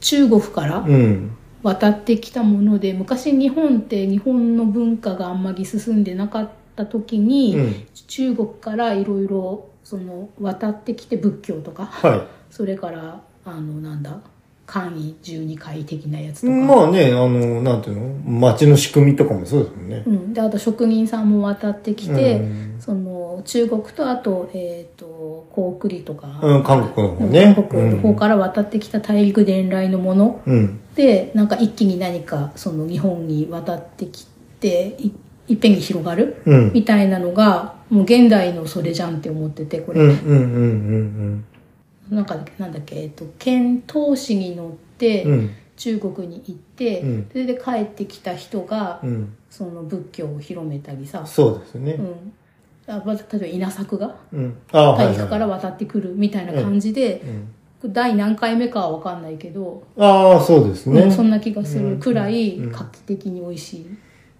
Speaker 2: 中国から
Speaker 1: うん。
Speaker 2: 渡ってきたもので昔日本って日本の文化があんまり進んでなかった時に、
Speaker 1: うん
Speaker 2: 中国からいろいろその渡ってきて仏教とか
Speaker 1: は
Speaker 2: それからあのなんだ簡易十二回的なやつ
Speaker 1: い。
Speaker 2: とか、
Speaker 1: まあね、あの、なんていうの街の仕組みとかもそうですもんね
Speaker 2: う。ん、であと職人さんも渡ってきて、
Speaker 1: うん
Speaker 2: その中国とあと,、えー、と高句麗とか、
Speaker 1: うん、韓国の方ね。
Speaker 2: 韓国の方から渡ってきた大陸伝来のもの
Speaker 1: うん。うん。
Speaker 2: でなんか一気に何かその日本に渡ってきていいっぺんに広がる
Speaker 1: うん。
Speaker 2: みたいなのがもう現代のそれじゃんって思っててこれ、
Speaker 1: うんうんうん
Speaker 2: なんかなんだっけ、えっと遣唐使に乗っ
Speaker 1: うんう
Speaker 2: て
Speaker 1: ん
Speaker 2: 中国に行って、
Speaker 1: うん
Speaker 2: それで帰ってきた人が、
Speaker 1: うん
Speaker 2: その仏教を広めたりさ、
Speaker 1: そうですね
Speaker 2: う。ん、あまず例えば稲作が
Speaker 1: うん。ああ、
Speaker 2: 大陸から
Speaker 1: は
Speaker 2: 渡ってくるみたいな感じで
Speaker 1: い、うん
Speaker 2: これ第何回目かは分かんないけど、
Speaker 1: ああ、そうです
Speaker 2: う
Speaker 1: ね
Speaker 2: ん。そんな気がするくらい
Speaker 1: うん
Speaker 2: 画期的に美味しい、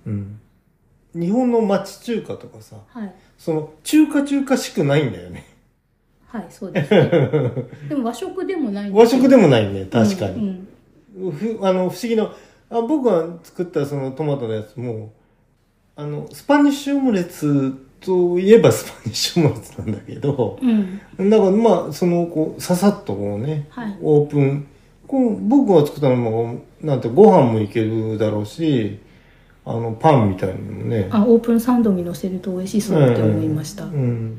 Speaker 1: うん日本の町中華とかさ、
Speaker 2: はい
Speaker 1: その、中華中華しくないんだよね。
Speaker 2: はいそ うですねでも和食でもないん
Speaker 1: 和食で
Speaker 2: も
Speaker 1: もないね、確か
Speaker 2: うん
Speaker 1: に。ふあの、不思議な、あ僕が作ったそのトマトのやつも、あの、スパニッシュオムレツといえば スパニッシュオムレツなんだけど、
Speaker 2: うんうん
Speaker 1: だからまあそのこうささっとこうね、
Speaker 2: はい
Speaker 1: オープンこう僕が作ったのもなんてご飯もいけるだろうしあのパンみたいなのもね
Speaker 2: あオープンサンドに乗せると美味しそうって思いました、
Speaker 1: うん、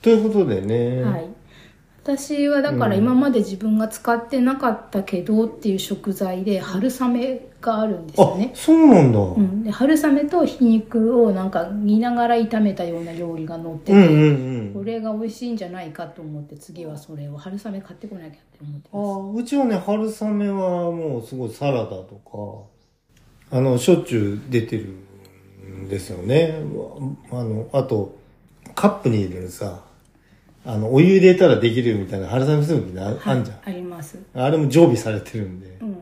Speaker 1: ということでね、
Speaker 2: はい私はだから
Speaker 1: うん
Speaker 2: 今まで自分が使ってなかったけどっていう食材で春雨があるんですよね
Speaker 1: あそうなんだ、
Speaker 2: う
Speaker 1: うん
Speaker 2: ん、で春雨とひき肉をなんか煮ながら炒めたような料理が載ってて、
Speaker 1: うんうんう
Speaker 2: こ
Speaker 1: ん
Speaker 2: れが美味しいんじゃないかと思って次はそれを春雨買ってこなきゃって思って
Speaker 1: あ
Speaker 2: ま
Speaker 1: うちはね春雨はもうすごいサラダとかあのしょっちゅう出てるんですよねあのあとカップに入れるさあのお湯入れたらできるみたいな春雨するみたいなのあ
Speaker 2: す
Speaker 1: あんじゃん
Speaker 2: はいあります
Speaker 1: あれも常備されてるんで。
Speaker 2: うん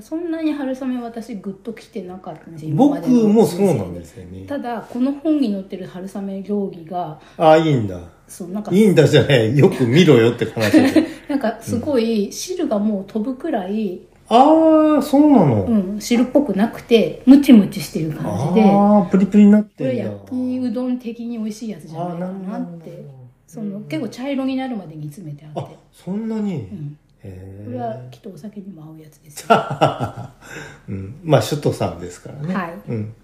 Speaker 2: そんなに春雨私グッときてなかったんですよ今ま
Speaker 1: 僕
Speaker 2: での
Speaker 1: もそうなんですよね。
Speaker 2: ただこの本に載ってる春雨料理が
Speaker 1: あ、いいんだ。
Speaker 2: そうなんか
Speaker 1: いいんだじゃない。よく見ろよって話で。
Speaker 2: なんかすごい汁がもう飛ぶくらい、
Speaker 1: ああ、そうなの。
Speaker 2: うん、汁っぽくなくてムチムチしてる感じでこ
Speaker 1: ああ、プリプリになって
Speaker 2: れ
Speaker 1: んだ。
Speaker 2: 焼きうどん的に美味しいやつじゃないかなってその結構茶色になるまで煮詰めてあっ
Speaker 1: あ
Speaker 2: て、
Speaker 1: そんなに。
Speaker 2: うん、
Speaker 1: へえ
Speaker 2: これはきっとお酒にも合うやつですよ、
Speaker 1: うん、まあ首都さんですからね。
Speaker 2: はい
Speaker 1: うん、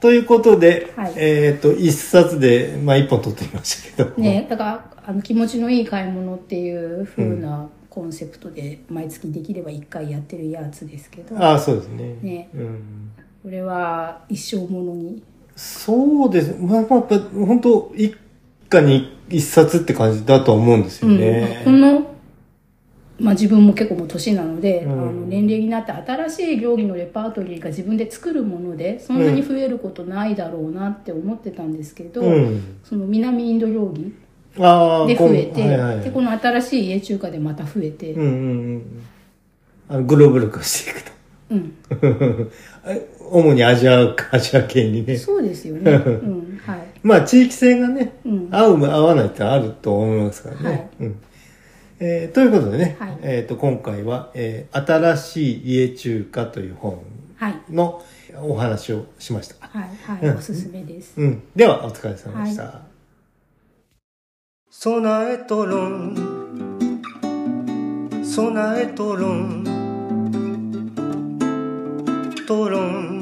Speaker 1: ということで、
Speaker 2: はい
Speaker 1: えっ、と一冊で、まあ、一本取ってみましたけども、
Speaker 2: ね、だからあの気持ちのいい買い物っていう風なコンセプトで毎月できれば1回やってるやつですけど、
Speaker 1: ああそうですね
Speaker 2: ね
Speaker 1: うん、
Speaker 2: これは一生ものに
Speaker 1: そうですまあまあやっぱ本当一家に一冊って感じだとは思うんですよね、
Speaker 2: うん、この、まあ、自分も結構もう年なので、
Speaker 1: うん
Speaker 2: あの年齢になって新しい料理のレパートリーが自分で作るものでそんなに増えることないだろうなって思ってたんですけど、
Speaker 1: うん
Speaker 2: その南インド料理
Speaker 1: ああ
Speaker 2: で増えて
Speaker 1: こんはいはい
Speaker 2: でこの新しい家中華でまた増えて、
Speaker 1: うんうんうんあのグローバル化していくと
Speaker 2: うん
Speaker 1: 主にアジアアジア系にね
Speaker 2: そうですよね、うん、はい、
Speaker 1: まあ地域性がね、
Speaker 2: うん
Speaker 1: 合う合わないってあると思いますからね。
Speaker 2: はい
Speaker 1: うんえーということでね、
Speaker 2: はい
Speaker 1: えー、と今回は、えー新しい家中華」という本
Speaker 2: はい
Speaker 1: のお話をしました。
Speaker 2: はいはい、
Speaker 1: うん
Speaker 2: おすすめです。
Speaker 1: うん、ではお疲れ様でした。
Speaker 3: 備えとろん備えとろんとろん